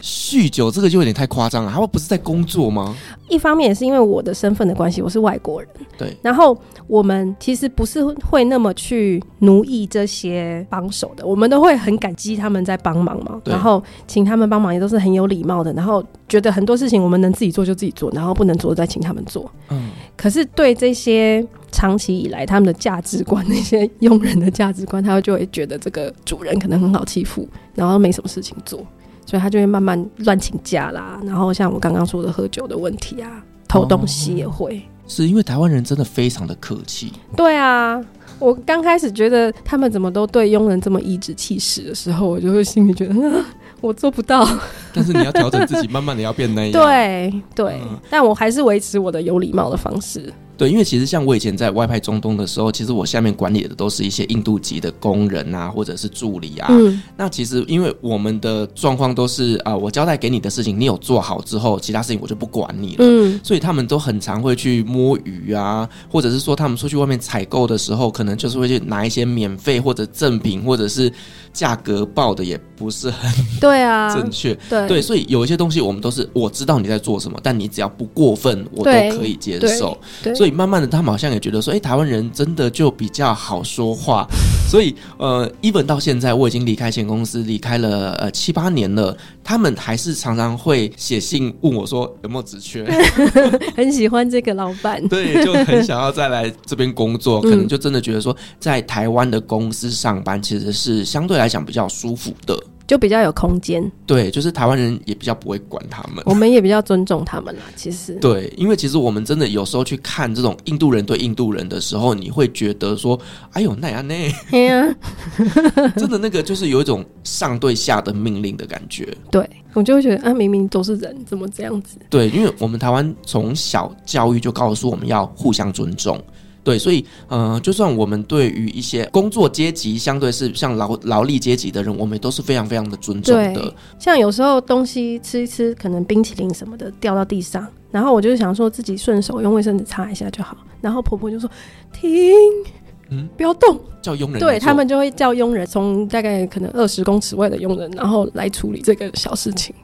[SPEAKER 2] 酗酒这个就有点太夸张了，他们不是在工作吗？
[SPEAKER 3] 一方面也是因为我的身份的关系，我是外国人。
[SPEAKER 2] 对，
[SPEAKER 3] 然后我们其实不是会那么去奴役这些帮手的，我们都会很感激他们在帮忙嘛，
[SPEAKER 2] 对
[SPEAKER 3] 然后请他们帮忙也都是很有礼貌的，然后觉得很多事情我们能自己做就自己做，然后不能做再请他们做。
[SPEAKER 2] 嗯，
[SPEAKER 3] 可是对这些长期以来他们的价值观，那些佣人的价值观，他就会觉得这个主人可能很好欺负，然后没什么事情做，所以他就会慢慢乱请假啦。然后像我刚刚说的喝酒的问题
[SPEAKER 2] 哦
[SPEAKER 3] 啊，偷东西也会。
[SPEAKER 2] 是因为台湾人真的非常的客 气，
[SPEAKER 3] 对啊，我刚开始觉得他们怎么都对佣人这么颐指气使的时候，我就会心里觉得。 啊我做不 到，
[SPEAKER 2] 但是你要调整自己，慢慢的要变那样。
[SPEAKER 3] 对对
[SPEAKER 2] 嗯，
[SPEAKER 3] 但我还是维持我的有礼貌的方式。
[SPEAKER 2] 对，因为其实像我以前在外派中东的时候，其实我下面管理的都是一些印度籍的工人啊，或者是助理啊。
[SPEAKER 3] 嗯，
[SPEAKER 2] 那其实因为我们的状况都是啊、我交代给你的事情，你有做好之后，其他事情我就不管你了。
[SPEAKER 3] 嗯，
[SPEAKER 2] 所以他们都很常会去摸鱼啊，或者是说他们出去外面采购的时候，可能就是会去拿一些免费或者赠品，或者是价格报的也不是很
[SPEAKER 3] 对啊，
[SPEAKER 2] 正确。
[SPEAKER 3] 对
[SPEAKER 2] 对，所以有一些东西我们都是我知道你在做什么，但你只要不过分，我都
[SPEAKER 3] 对
[SPEAKER 2] 可以接
[SPEAKER 3] 对
[SPEAKER 2] 受。
[SPEAKER 3] 对，
[SPEAKER 2] 所以慢慢的，他们好像也觉得说，哎、台湾人真的就比较好说话。所以，呃，even 到现在，我已经离开前公司，离开了呃七八年了，他们还是常常会写信问我说有没有职缺，
[SPEAKER 3] 很喜欢这个老板。
[SPEAKER 2] 对，就很想要再来这边工作，可
[SPEAKER 3] 嗯
[SPEAKER 2] 能就真的觉得说，在台湾的公司上班其实是相对来讲比较舒服的。
[SPEAKER 3] 就比较有 空间，
[SPEAKER 2] 对，就是台湾人也比较不会管他们。
[SPEAKER 3] 我们也比较尊重他们啦。其实，
[SPEAKER 2] 对，因为其实我们真的有时候去看这种印度人对印度人的时候，你会觉得说，哎呦，那样那。
[SPEAKER 3] 哎呀，
[SPEAKER 2] 真的那个就是有一种上对下的命令的感觉。
[SPEAKER 3] 对我就会觉得啊，明明都是人，怎么这样子？
[SPEAKER 2] 对，因为我们台湾从小教育就告诉我们要互相尊重。对，所以，呃，就算我们对于一些工作阶级相对是像劳劳力阶级的人，我们都是非常非常的尊重的
[SPEAKER 3] 对。像有时候东西吃一吃，可能冰淇淋什么的掉到地上，然后我就想说自己顺手用卫生纸擦一下就好，然后婆婆就说停，
[SPEAKER 2] 嗯
[SPEAKER 3] 不要动，
[SPEAKER 2] 叫佣人来做，
[SPEAKER 3] 对他们就会叫佣人从大概可能二十公尺外的佣人，然后来处理这个小事情。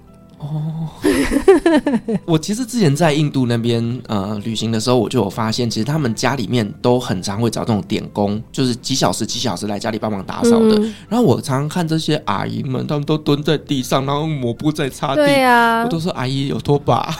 [SPEAKER 2] 我其实之前在印度那边呃旅行的时候，我就有发现，其实他们家里面都很常会找这种点工，就是几小时几小时来家里帮忙打扫啊的。
[SPEAKER 3] 嗯
[SPEAKER 2] 然后我常常看这些阿姨们，她们都蹲在地上，然后用抹布在擦啊地
[SPEAKER 3] 对啊呀、
[SPEAKER 2] 我都说阿姨有拖把，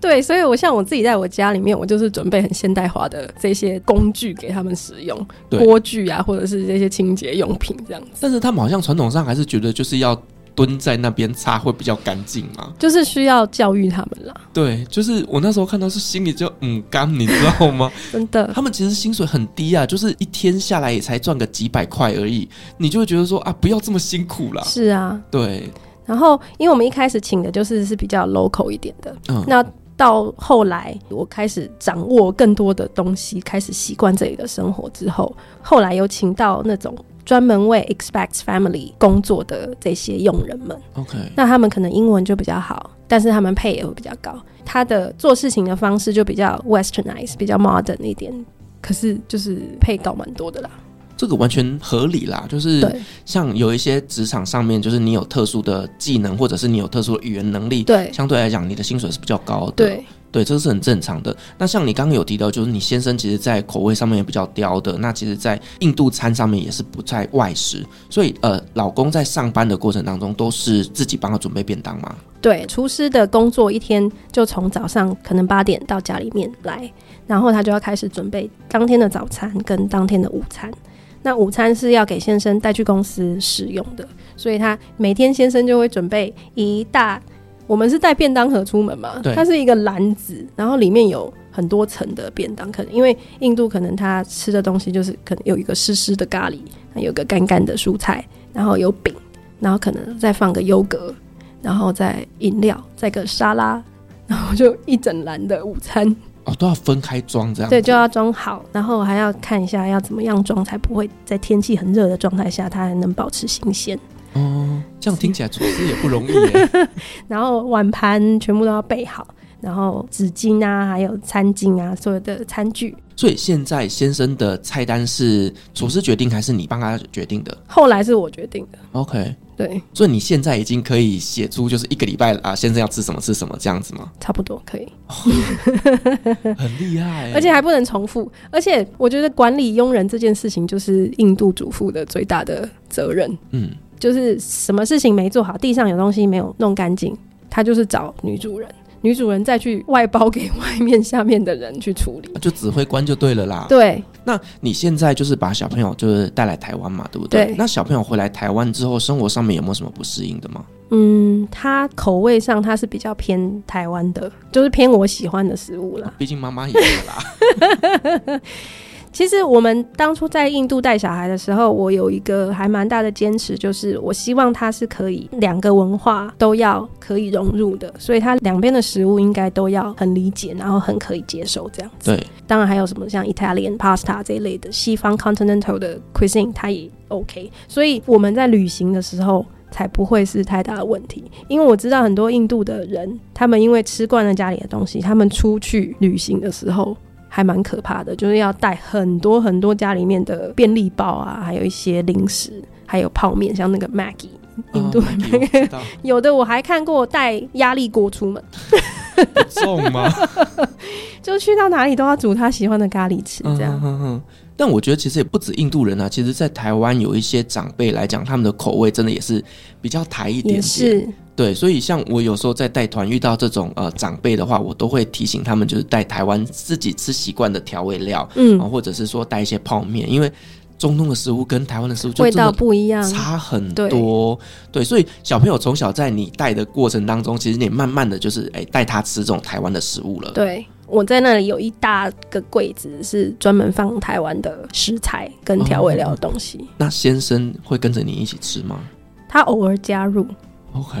[SPEAKER 3] 对，所以我像我自己在我家里面，我就是准备很现代化的这些工具给他们使用，
[SPEAKER 2] 对
[SPEAKER 3] 锅具啊，或者是这些清洁用品这样子，
[SPEAKER 2] 但是他们好像传统上还是觉得就是要蹲在那边擦会比较干净嘛。
[SPEAKER 3] 就是需要教育他们啦，
[SPEAKER 2] 对，就是我那时候看到是心里就嗯干，你知道吗？
[SPEAKER 3] 真的。
[SPEAKER 2] 他们其实薪水很低啊，就是一天下来也才赚个几百块而已，你就会觉得说啊，不要这么辛苦啦。
[SPEAKER 3] 是啊，
[SPEAKER 2] 对，
[SPEAKER 3] 然后，因为我们一开始请的就是是比较 local 一点的，
[SPEAKER 2] 嗯，
[SPEAKER 3] 那到后来我开始掌握更多的东西，开始习惯这里的生活之后，后来有请到那种专门为 expect family 工作的这些佣人们，
[SPEAKER 2] OK，
[SPEAKER 3] 那他们可能英文就比较好，但是他们配也会比较高，他的做事情的方式就比较 westernized，比较 modern 一点，可是就是配高蛮多的啦。
[SPEAKER 2] 这个完全合理啦。就是
[SPEAKER 3] 对
[SPEAKER 2] 像有一些职场上面，就是你有特殊的技能，或者是你有特殊的语言能力，
[SPEAKER 3] 对
[SPEAKER 2] 相对来讲你的薪水是比较高的。
[SPEAKER 3] 对
[SPEAKER 2] 对，这是很正常的。那像你刚刚有提到，就是你先生其实在口味上面也比较刁的，那其实，在印度餐上面也是不太外食，所以呃，老公在上班的过程当中都是自己帮他准备便当嘛。
[SPEAKER 3] 对，厨师的工作一天就从早上可能八点到家里面来，然后他就要开始准备当天的早餐跟当天的午餐。那午餐是要给先生带去公司使用的，所以他每天先生就会准备一大，我们是带便当盒出门嘛
[SPEAKER 2] 对，
[SPEAKER 3] 它是一个篮子，然后里面有很多层的便当，可能因为印度可能他吃的东西就是可能有一个湿湿的咖喱，有一个干干的蔬菜，然后有饼，然后可能再放个优格，然后再饮料，再个沙拉， 然后就一整篮的午餐，
[SPEAKER 2] 哦，都要分开装这样子。
[SPEAKER 3] 对，就要装好，然后还要看一下要怎么样装才不会在天气很热的状态下它还能保持新鲜。
[SPEAKER 2] 哦，这样听起来厨师也不容易 耶。
[SPEAKER 3] 然后碗盘全部都要备好，然后纸巾啊，还有餐巾啊，所有的餐具。
[SPEAKER 2] 所以现在先生的菜单是厨师决定还是你帮他决定的
[SPEAKER 3] 后来是我决定的，
[SPEAKER 2] ？OK，
[SPEAKER 3] 对，
[SPEAKER 2] 所以你现在已经可以写出就是一个礼拜啊，先生要吃什么吃什么这样 子吗？
[SPEAKER 3] 差不多可以。
[SPEAKER 2] 很厉害耶，
[SPEAKER 3] 而且还不能重复。而且我觉得管理佣人这件事情，就是印度主妇的最大的责任。
[SPEAKER 2] 嗯，
[SPEAKER 3] 就是什么事情没做好，地上有东西没有弄干净，他就是找女主人，女主人再去外包给外面下面的人去处理。
[SPEAKER 2] 啊就指挥官就对了啦。
[SPEAKER 3] 对，
[SPEAKER 2] 那你现在就是把小朋友就是带来台湾嘛，对不对？
[SPEAKER 3] 对
[SPEAKER 2] 那小朋友回来台湾之后，生活上面有没有什么不适应的吗？
[SPEAKER 3] 嗯，他口味上他是比较偏台湾的，就是偏我喜欢的食物啦。
[SPEAKER 2] 毕竟妈妈也有啦。
[SPEAKER 3] 其实我们当初在印度带小孩的时候，我有一个还蛮大的坚持，就是我希望他是可以两个文化都要可以融入的，所以他两边的食物应该都要很理解，然后很可以接受这样子。
[SPEAKER 2] 对，
[SPEAKER 3] 当然还有什么像 Italian pasta 这一类的西方 continental 的 cuisine，它也 OK。所以我们在旅行的时候才不会是太大的问题，因为我知道很多印度的人，他们因为吃惯了家里的东西，他们出去旅行的时候。还蛮可怕的，就是要带很多很多家里面的便利包啊，还有一些零食，还有泡面，像那个 Maggie，印度
[SPEAKER 2] 啊我知道
[SPEAKER 3] 有的我还看过带压力锅出门。
[SPEAKER 2] 不重吗？
[SPEAKER 3] 就去到哪里都要煮他喜欢的咖喱吃，这 样。
[SPEAKER 2] 嗯嗯嗯嗯但我觉得其实也不止印度人啊，其实在台湾有一些长辈来讲，他们的口味真的也是比较台一点
[SPEAKER 3] 也
[SPEAKER 2] 点。
[SPEAKER 3] 是，
[SPEAKER 2] 对，所以像我有时候在带团遇到这种呃长辈的话，我都会提醒他们，就是带台湾自己吃习惯的调味料，
[SPEAKER 3] 嗯
[SPEAKER 2] 啊，，或者是说带一些泡面，因为中东的食物跟台湾的食物就
[SPEAKER 3] 味
[SPEAKER 2] 真的
[SPEAKER 3] 道不一样，
[SPEAKER 2] 差很多，对，所以小朋友从小在你带的过程当中，其实你慢慢的就是哎带他吃这种台湾的食物了，
[SPEAKER 3] 对，我在那里有一大个柜子是专门放台湾的食材跟调味料的东西，
[SPEAKER 2] 那先生会跟着你一起吃吗
[SPEAKER 3] 他偶尔加入，
[SPEAKER 2] ？OK，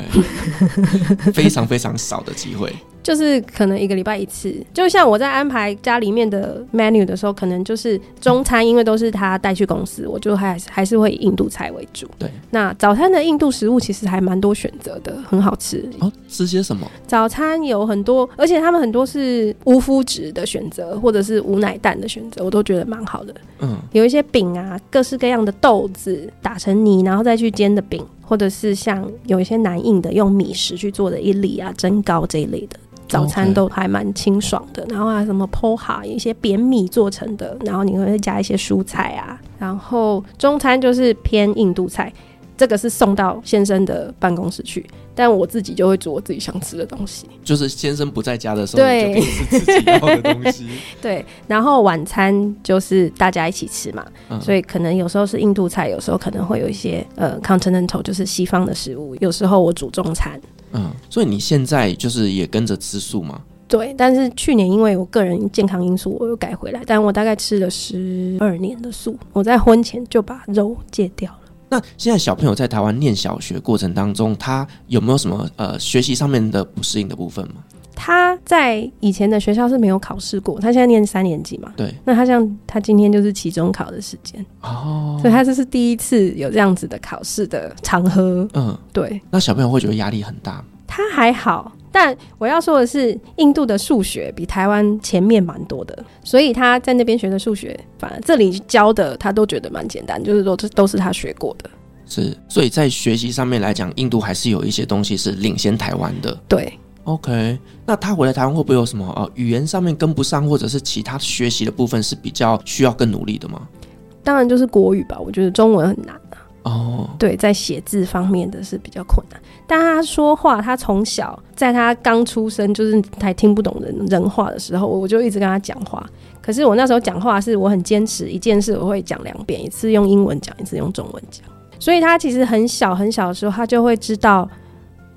[SPEAKER 2] 非常非常少的机会，
[SPEAKER 3] 就是可能一个礼拜一次。就像我在安排家里面的 menu 的时候，可能就是中餐，因为都是他带去公司，我就还还是会以印度菜为主。
[SPEAKER 2] 对，
[SPEAKER 3] 那早餐的印度食物其实还蛮多选择的，很好吃。
[SPEAKER 2] 哦，吃些什么？
[SPEAKER 3] 早餐有很多，而且他们很多是无麸质的选择，或者是无奶蛋的选择，我都觉得蛮好的。
[SPEAKER 2] 嗯，
[SPEAKER 3] 有一些饼啊，各式各样的豆子打成泥，然后再去煎的饼，或者是像有一些南印的用米食去做的一粒啊、蒸糕这一类的。早餐
[SPEAKER 2] OK
[SPEAKER 3] 都还蛮清爽的然后还有什么 poha 一些扁米做成的，然后你会加一些蔬菜啊，然后中餐就是偏印度菜，这个是送到先生的办公室去，但我自己就会煮我自己想吃的东西。
[SPEAKER 2] 就是先生不在家的时候，你
[SPEAKER 3] 对
[SPEAKER 2] 就可以吃自己要的东 西。
[SPEAKER 3] 对，然后晚餐就是大家一起吃嘛，
[SPEAKER 2] 嗯
[SPEAKER 3] 所以可能有时候是印度菜，有时候可能会有一些呃 continental，就是西方的食物。有时候我煮中餐，
[SPEAKER 2] 嗯，所以你现在就是也跟着吃素吗？
[SPEAKER 3] 对。但是去年因为我个人健康因素，我又改回来，但我大概吃了十二年的素，我在婚前就把肉戒掉了。
[SPEAKER 2] 那现在小朋友在台湾念小学过程当中，他有没有什么呃学习上面的不适应的部分吗？
[SPEAKER 3] 他在以前的学校是没有考试过，他现在念三年级嘛。
[SPEAKER 2] 对，
[SPEAKER 3] 那他像他今天就是期中考的时间，
[SPEAKER 2] 哦，
[SPEAKER 3] 所以他这是第一次有这样子的考试的场合。
[SPEAKER 2] 嗯，
[SPEAKER 3] 对
[SPEAKER 2] 那小朋友会觉得压力很大吗，
[SPEAKER 3] 它还好，但我要说的是，印度的数学比台湾前面蛮多的，所以他在那边学的数学，反而这里教的他都觉得蛮简单，就是说这都是他学过的。
[SPEAKER 2] 是，所以在学习上面来讲，印度还是有一些东西是领先台湾的。
[SPEAKER 3] 对，
[SPEAKER 2] OK，那他回来台湾会不会有什么呃语言上面跟不上，或者是其他学习的部分是比较需要更努力的吗？
[SPEAKER 3] 当然就是国语吧，我觉得中文很难。
[SPEAKER 2] 哦，
[SPEAKER 3] 对，在写字方面的是比较困难。但他说话，他从小在他刚出生就是还听不懂人人话的时候，我我就一直跟他讲话。可是我那时候讲话是我很坚持，一件事我会讲两遍，一次用英文讲，一次用中文讲。所以他其实很小很小的时候，他就会知道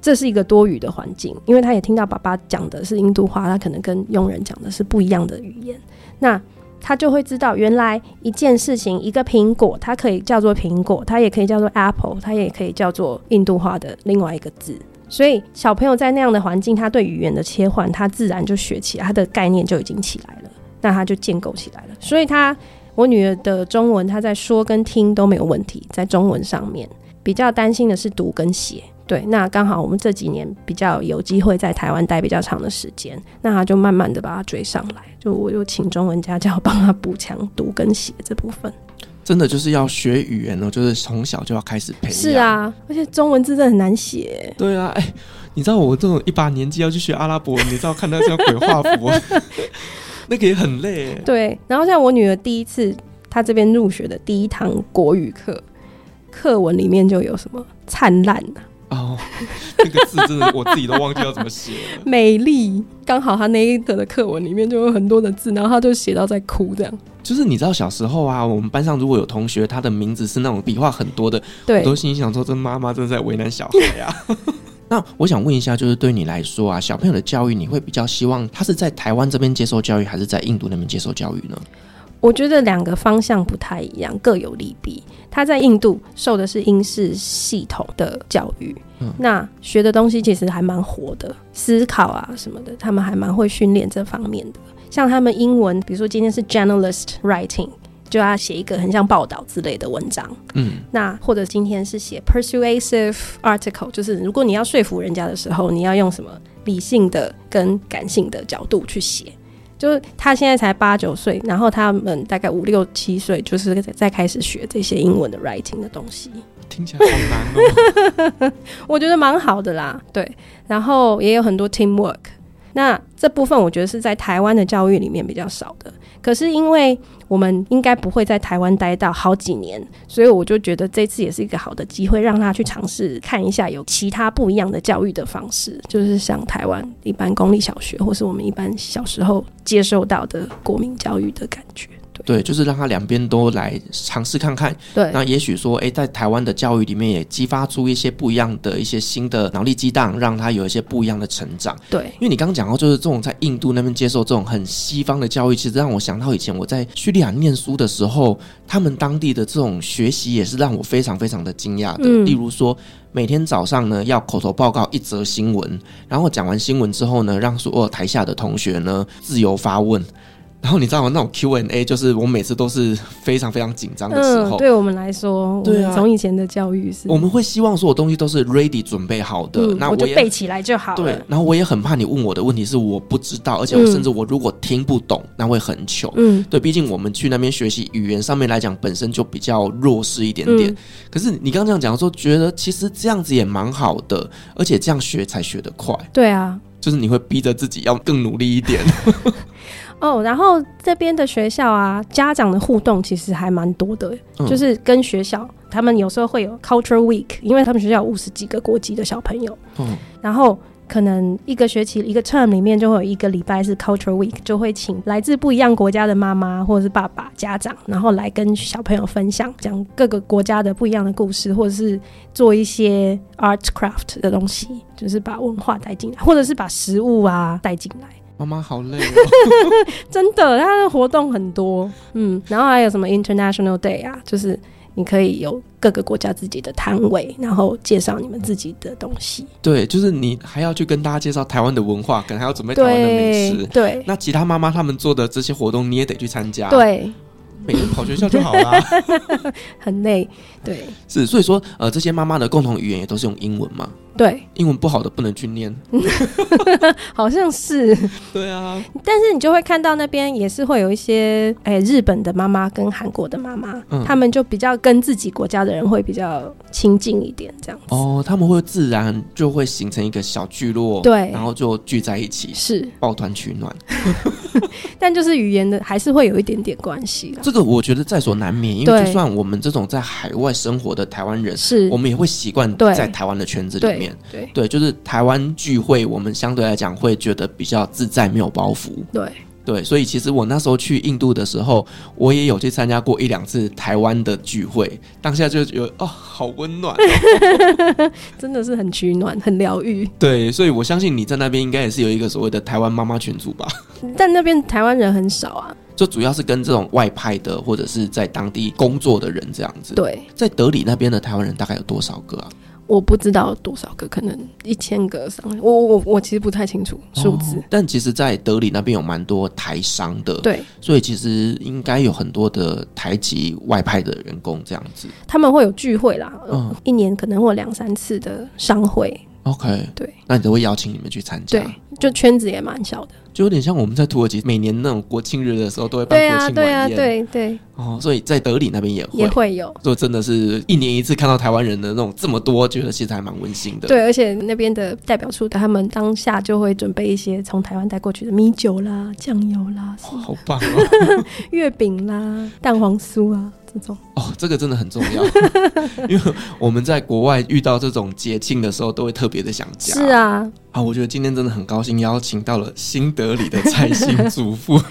[SPEAKER 3] 这是一个多语的环境，因为他也听到爸爸讲的是印度话，他可能跟佣人讲的是不一样的语言。那他就会知道，原来一件事情，一个苹果，它可以叫做苹果，它也可以叫做 apple，它也可以叫做印度话的另外一个字。所以小朋友在那样的环境，他对语言的切换，他自然就学起来，他的概念就已经起来了，那他就建构起来了。所以他，我女儿的中文，她在说跟听都没有问题，在中文上面比较担心的是读跟写。对，那刚好我们这几年比较有机会在台湾待比较长的时间，那他就慢慢的把它追上来。就我就请中文家教帮 他补强读跟写这部分。
[SPEAKER 2] 真的就是要学语言哦，就是从小就要开始培养。
[SPEAKER 3] 是，啊，而且中文字真的很难写，
[SPEAKER 2] 对啊，哎、你知道我这种一把年纪要去学阿拉伯文，你知道看那张鬼画符，啊 那个也很累耶。
[SPEAKER 3] 对，然后像我女儿第一次，她这边入学的第一堂国语课，课文里面就有什么灿烂、
[SPEAKER 2] 哦，那个字真的我自己都忘记要怎么写了。
[SPEAKER 3] 美丽，刚好她那一课的课文里面就有很多的字，然后她就写到在哭这样。
[SPEAKER 2] 就是你知道小时候啊，我们班上如果有同学他的名字是那种笔画很多的，
[SPEAKER 3] 对
[SPEAKER 2] 我，都心里想说，这妈妈真的在为难小孩啊呀、 那我想问一下，就是对你来说啊，小朋友的教育，你会比较希望他是在台湾这边接受教育，还是在印度那边接受教育呢？
[SPEAKER 3] 我觉得两个方向不太一样，各有利弊。他在印度受的是英式系统的教育，那学的东西其实还蛮活的，思考啊什么的，他们还蛮会训练这方面的。像他们英文，比如说今天是 journalist writing，就要写一个很像报道之类的文章。
[SPEAKER 2] 嗯，
[SPEAKER 3] 那或者今天是写 persuasive article，就是如果你要说服人家的时候，你要用什么理性的跟感性的角度去写。就是他现在才八九岁，然后他们大概五六七岁，就是在在开始学这些英文的 writing 的东西，
[SPEAKER 2] 听起来好难哦。
[SPEAKER 3] 我觉得蛮好的啦。对，然后也有很多 teamwork。那这部分我觉得是在台湾的教育里面比较少的。可是因为我们应该不会在台湾待到好几年，所以我就觉得这次也是一个好的机会，让他去尝试看一下有其他不一样的教育的方式，就是像台湾一般公立小学，或是我们一般小时候接受到的国民教育的感觉。对
[SPEAKER 2] 对，就是让他两边都来尝试看看。
[SPEAKER 3] 对
[SPEAKER 2] 那也许说，诶，在台湾的教育里面也激发出一些不一样的一些新的脑力激荡，让他有一些不一样的成长。
[SPEAKER 3] 对
[SPEAKER 2] 因为你刚刚讲到，就是这种在印度那边接受这种很西方的教育，其实让我想到以前我在叙利亚念书的时候，他们当地的这种学习也是让我非常非常的惊讶的。
[SPEAKER 3] 嗯
[SPEAKER 2] 例如说，每天早上呢要口头报告一则新闻，然后讲完新闻之后呢，让所有台下的同学呢自由发问。然后你知道吗？那种 Q&A 就是我每次都是非常非常紧张的时候，
[SPEAKER 3] 嗯，对我们来说，我
[SPEAKER 2] 对啊
[SPEAKER 3] 们从以前的教育是，
[SPEAKER 2] 我们会希望所有东西都是 ready 准备好的。
[SPEAKER 3] 嗯
[SPEAKER 2] 那
[SPEAKER 3] 我就
[SPEAKER 2] 也
[SPEAKER 3] 背起来就好
[SPEAKER 2] 对
[SPEAKER 3] 了，。
[SPEAKER 2] 然后我也很怕你问我的问题是我不知道，而且我
[SPEAKER 3] 嗯
[SPEAKER 2] 甚至我如果听不懂，那会很糗。
[SPEAKER 3] 嗯，
[SPEAKER 2] 对，毕竟我们去那边学习语言上面来讲，本身就比较弱势一点点。
[SPEAKER 3] 嗯
[SPEAKER 2] 可是你刚刚这样讲说，觉得其实这样子也蛮好的，而且这样学才学得快，
[SPEAKER 3] 对啊，
[SPEAKER 2] 就是你会逼着自己要更努力一 点。
[SPEAKER 3] 哦，然后这边的学校啊，家长的互动其实还蛮多的，
[SPEAKER 2] 嗯
[SPEAKER 3] 就是跟学校，他们有时候会有 Culture Week，因为他们学校有五十几个国籍的小朋友，
[SPEAKER 2] 嗯，
[SPEAKER 3] 然后可能一个学期一个 term 里面就会有一个礼拜是 Culture Week，就会请来自不一样国家的妈妈或者是爸爸、家长，然后来跟小朋友分享讲各个国家的不一样的故事，或者是做一些 art craft 的东西，就是把文化带进来，或者是把食物啊带进来。
[SPEAKER 2] 妈妈好 累哦。
[SPEAKER 3] 真的，它的活动很多，嗯，然后还有什么 International Day 啊，就是你可以有各个国家自己的摊位，然后介绍你们自己的东西，
[SPEAKER 2] 对，就是你还要去跟大家介绍台湾的文化，可能还要准备台湾的美
[SPEAKER 3] 对
[SPEAKER 2] 食。
[SPEAKER 3] 对
[SPEAKER 2] 那其他妈妈他们做的这些活动，你也得去参加。，
[SPEAKER 3] 对，
[SPEAKER 2] 每天跑学校就好 啦。
[SPEAKER 3] 很累，对，
[SPEAKER 2] 是，所以说，呃，这些妈妈的共同语言也都是用英文嘛。
[SPEAKER 3] 对，
[SPEAKER 2] 英文不好的不能去念。
[SPEAKER 3] 好像是。
[SPEAKER 2] 对啊，
[SPEAKER 3] 但是你就会看到那边也是会有一些，哎、日本的妈妈跟韩国的妈妈，
[SPEAKER 2] 嗯
[SPEAKER 3] 他们就比较跟自己国家的人会比较亲近一点，这样子。
[SPEAKER 2] 哦，他们会自然就会形成一个小聚落，
[SPEAKER 3] 对
[SPEAKER 2] 然后就聚在一起，
[SPEAKER 3] 是，
[SPEAKER 2] 抱团取暖。
[SPEAKER 3] 但就是语言的还是会有一点点关系啦。
[SPEAKER 2] 这个我觉得在所难免，因为
[SPEAKER 3] 对
[SPEAKER 2] 就算我们这种在海外生活的台湾人，
[SPEAKER 3] 是
[SPEAKER 2] 我，们也会习惯
[SPEAKER 3] 对
[SPEAKER 2] 在台湾的圈子里
[SPEAKER 3] 对
[SPEAKER 2] 面。
[SPEAKER 3] 对
[SPEAKER 2] 对，就是台湾聚会，我们相对来讲会觉得比较自在，没有包袱。
[SPEAKER 3] 对，
[SPEAKER 2] 对，所以其实我那时候去印度的时候，我也有去参加过一两次台湾的聚会，当下就觉得哦，好温暖哦。
[SPEAKER 3] 真的是很取暖，很疗愈。
[SPEAKER 2] 对，所以我相信你在那边应该也是有一个所谓的台湾妈妈群组吧，
[SPEAKER 3] 但那边台湾人很少啊，
[SPEAKER 2] 就主要是跟这种外派的或者是在当地工作的人这样子。，
[SPEAKER 3] 对，
[SPEAKER 2] 在德里那边的台湾人大概有多少个啊？
[SPEAKER 3] 我不知道多少个，可能一千个上，我我我其实不太清楚数字。
[SPEAKER 2] 哦但其实，在德里那边有蛮多台商的，，
[SPEAKER 3] 对，
[SPEAKER 2] 所以其实应该有很多的台籍外派的员工这样子。
[SPEAKER 3] 他们会有聚会啦，
[SPEAKER 2] 嗯
[SPEAKER 3] 一年可能会有两三次的商会，
[SPEAKER 2] OK，
[SPEAKER 3] 对，
[SPEAKER 2] 那你都会邀请你们去参加，
[SPEAKER 3] 对，就圈子也蛮小的。
[SPEAKER 2] 就有点像我们在土耳其每年那种国庆日的时候都会办
[SPEAKER 3] 对
[SPEAKER 2] 国
[SPEAKER 3] 啊，
[SPEAKER 2] 庆
[SPEAKER 3] 对啊，
[SPEAKER 2] 晚宴，
[SPEAKER 3] 对对，
[SPEAKER 2] 哦，所以在德里那边也会，
[SPEAKER 3] 也会有。
[SPEAKER 2] 就真的是一年一次看到台湾人的那种这么多，觉得其实还蛮温馨的。
[SPEAKER 3] 对，而且那边的代表处，他们当下就会准备一些从台湾带过去的米酒啦、酱油啦、
[SPEAKER 2] 哇，好棒 哦！
[SPEAKER 3] 月饼啦、蛋黄酥啊这种。
[SPEAKER 2] 哦，这个真的很重要，因为我们在国外遇到这种节庆的时候，都会特别的想家。
[SPEAKER 3] 是啊，
[SPEAKER 2] 啊，我觉得今天真的很高兴邀请到了新德里的蔡姓祖 父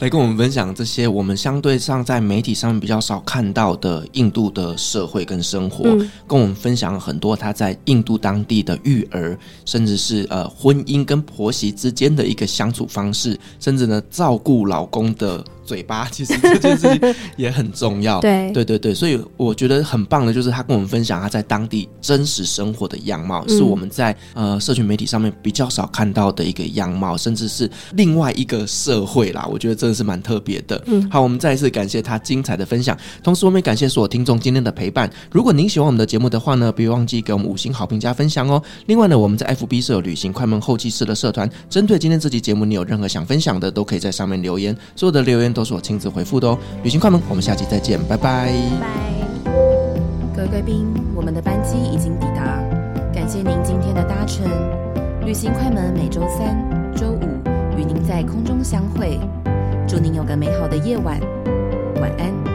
[SPEAKER 2] 来跟我们分享这些我们相对上在媒体上面比较少看到的印度的社会跟生活，
[SPEAKER 3] 嗯，
[SPEAKER 2] 跟我们分享了很多他在印度当地的育儿，甚至是呃婚姻跟婆媳之间的一个相处方式，甚至呢照顾老公的嘴巴，其实这件事 情也很重要。
[SPEAKER 3] 对
[SPEAKER 2] 对对对，所以我觉得很棒的就是他跟我们分享他在当地真实生活的样貌，
[SPEAKER 3] 嗯
[SPEAKER 2] 是我们在呃社群媒体上面比较少看到的一个样貌，甚至是另外一个社会啦。我觉得真的是蛮特别的。
[SPEAKER 3] 嗯
[SPEAKER 2] 好，我们再一次感谢他精彩的分享，同时我们也感谢所有听众今天的陪伴。如果您喜欢我们的节目的话呢，别忘记给我们五星好评加分享哦。另外呢，我们在 FB 设有旅行快门后期室的社团，针对今天这期节目，你有任何想分享的，都可以在上面留言，所有的留言都是我亲自回复的哦。旅行快门，我们下期再见，拜拜
[SPEAKER 1] 各位贵宾，我们的班机已经抵达，感谢您今天的搭乘。旅行快门每周三、周五与您在空中相会，祝您有个美好的夜晚，晚安。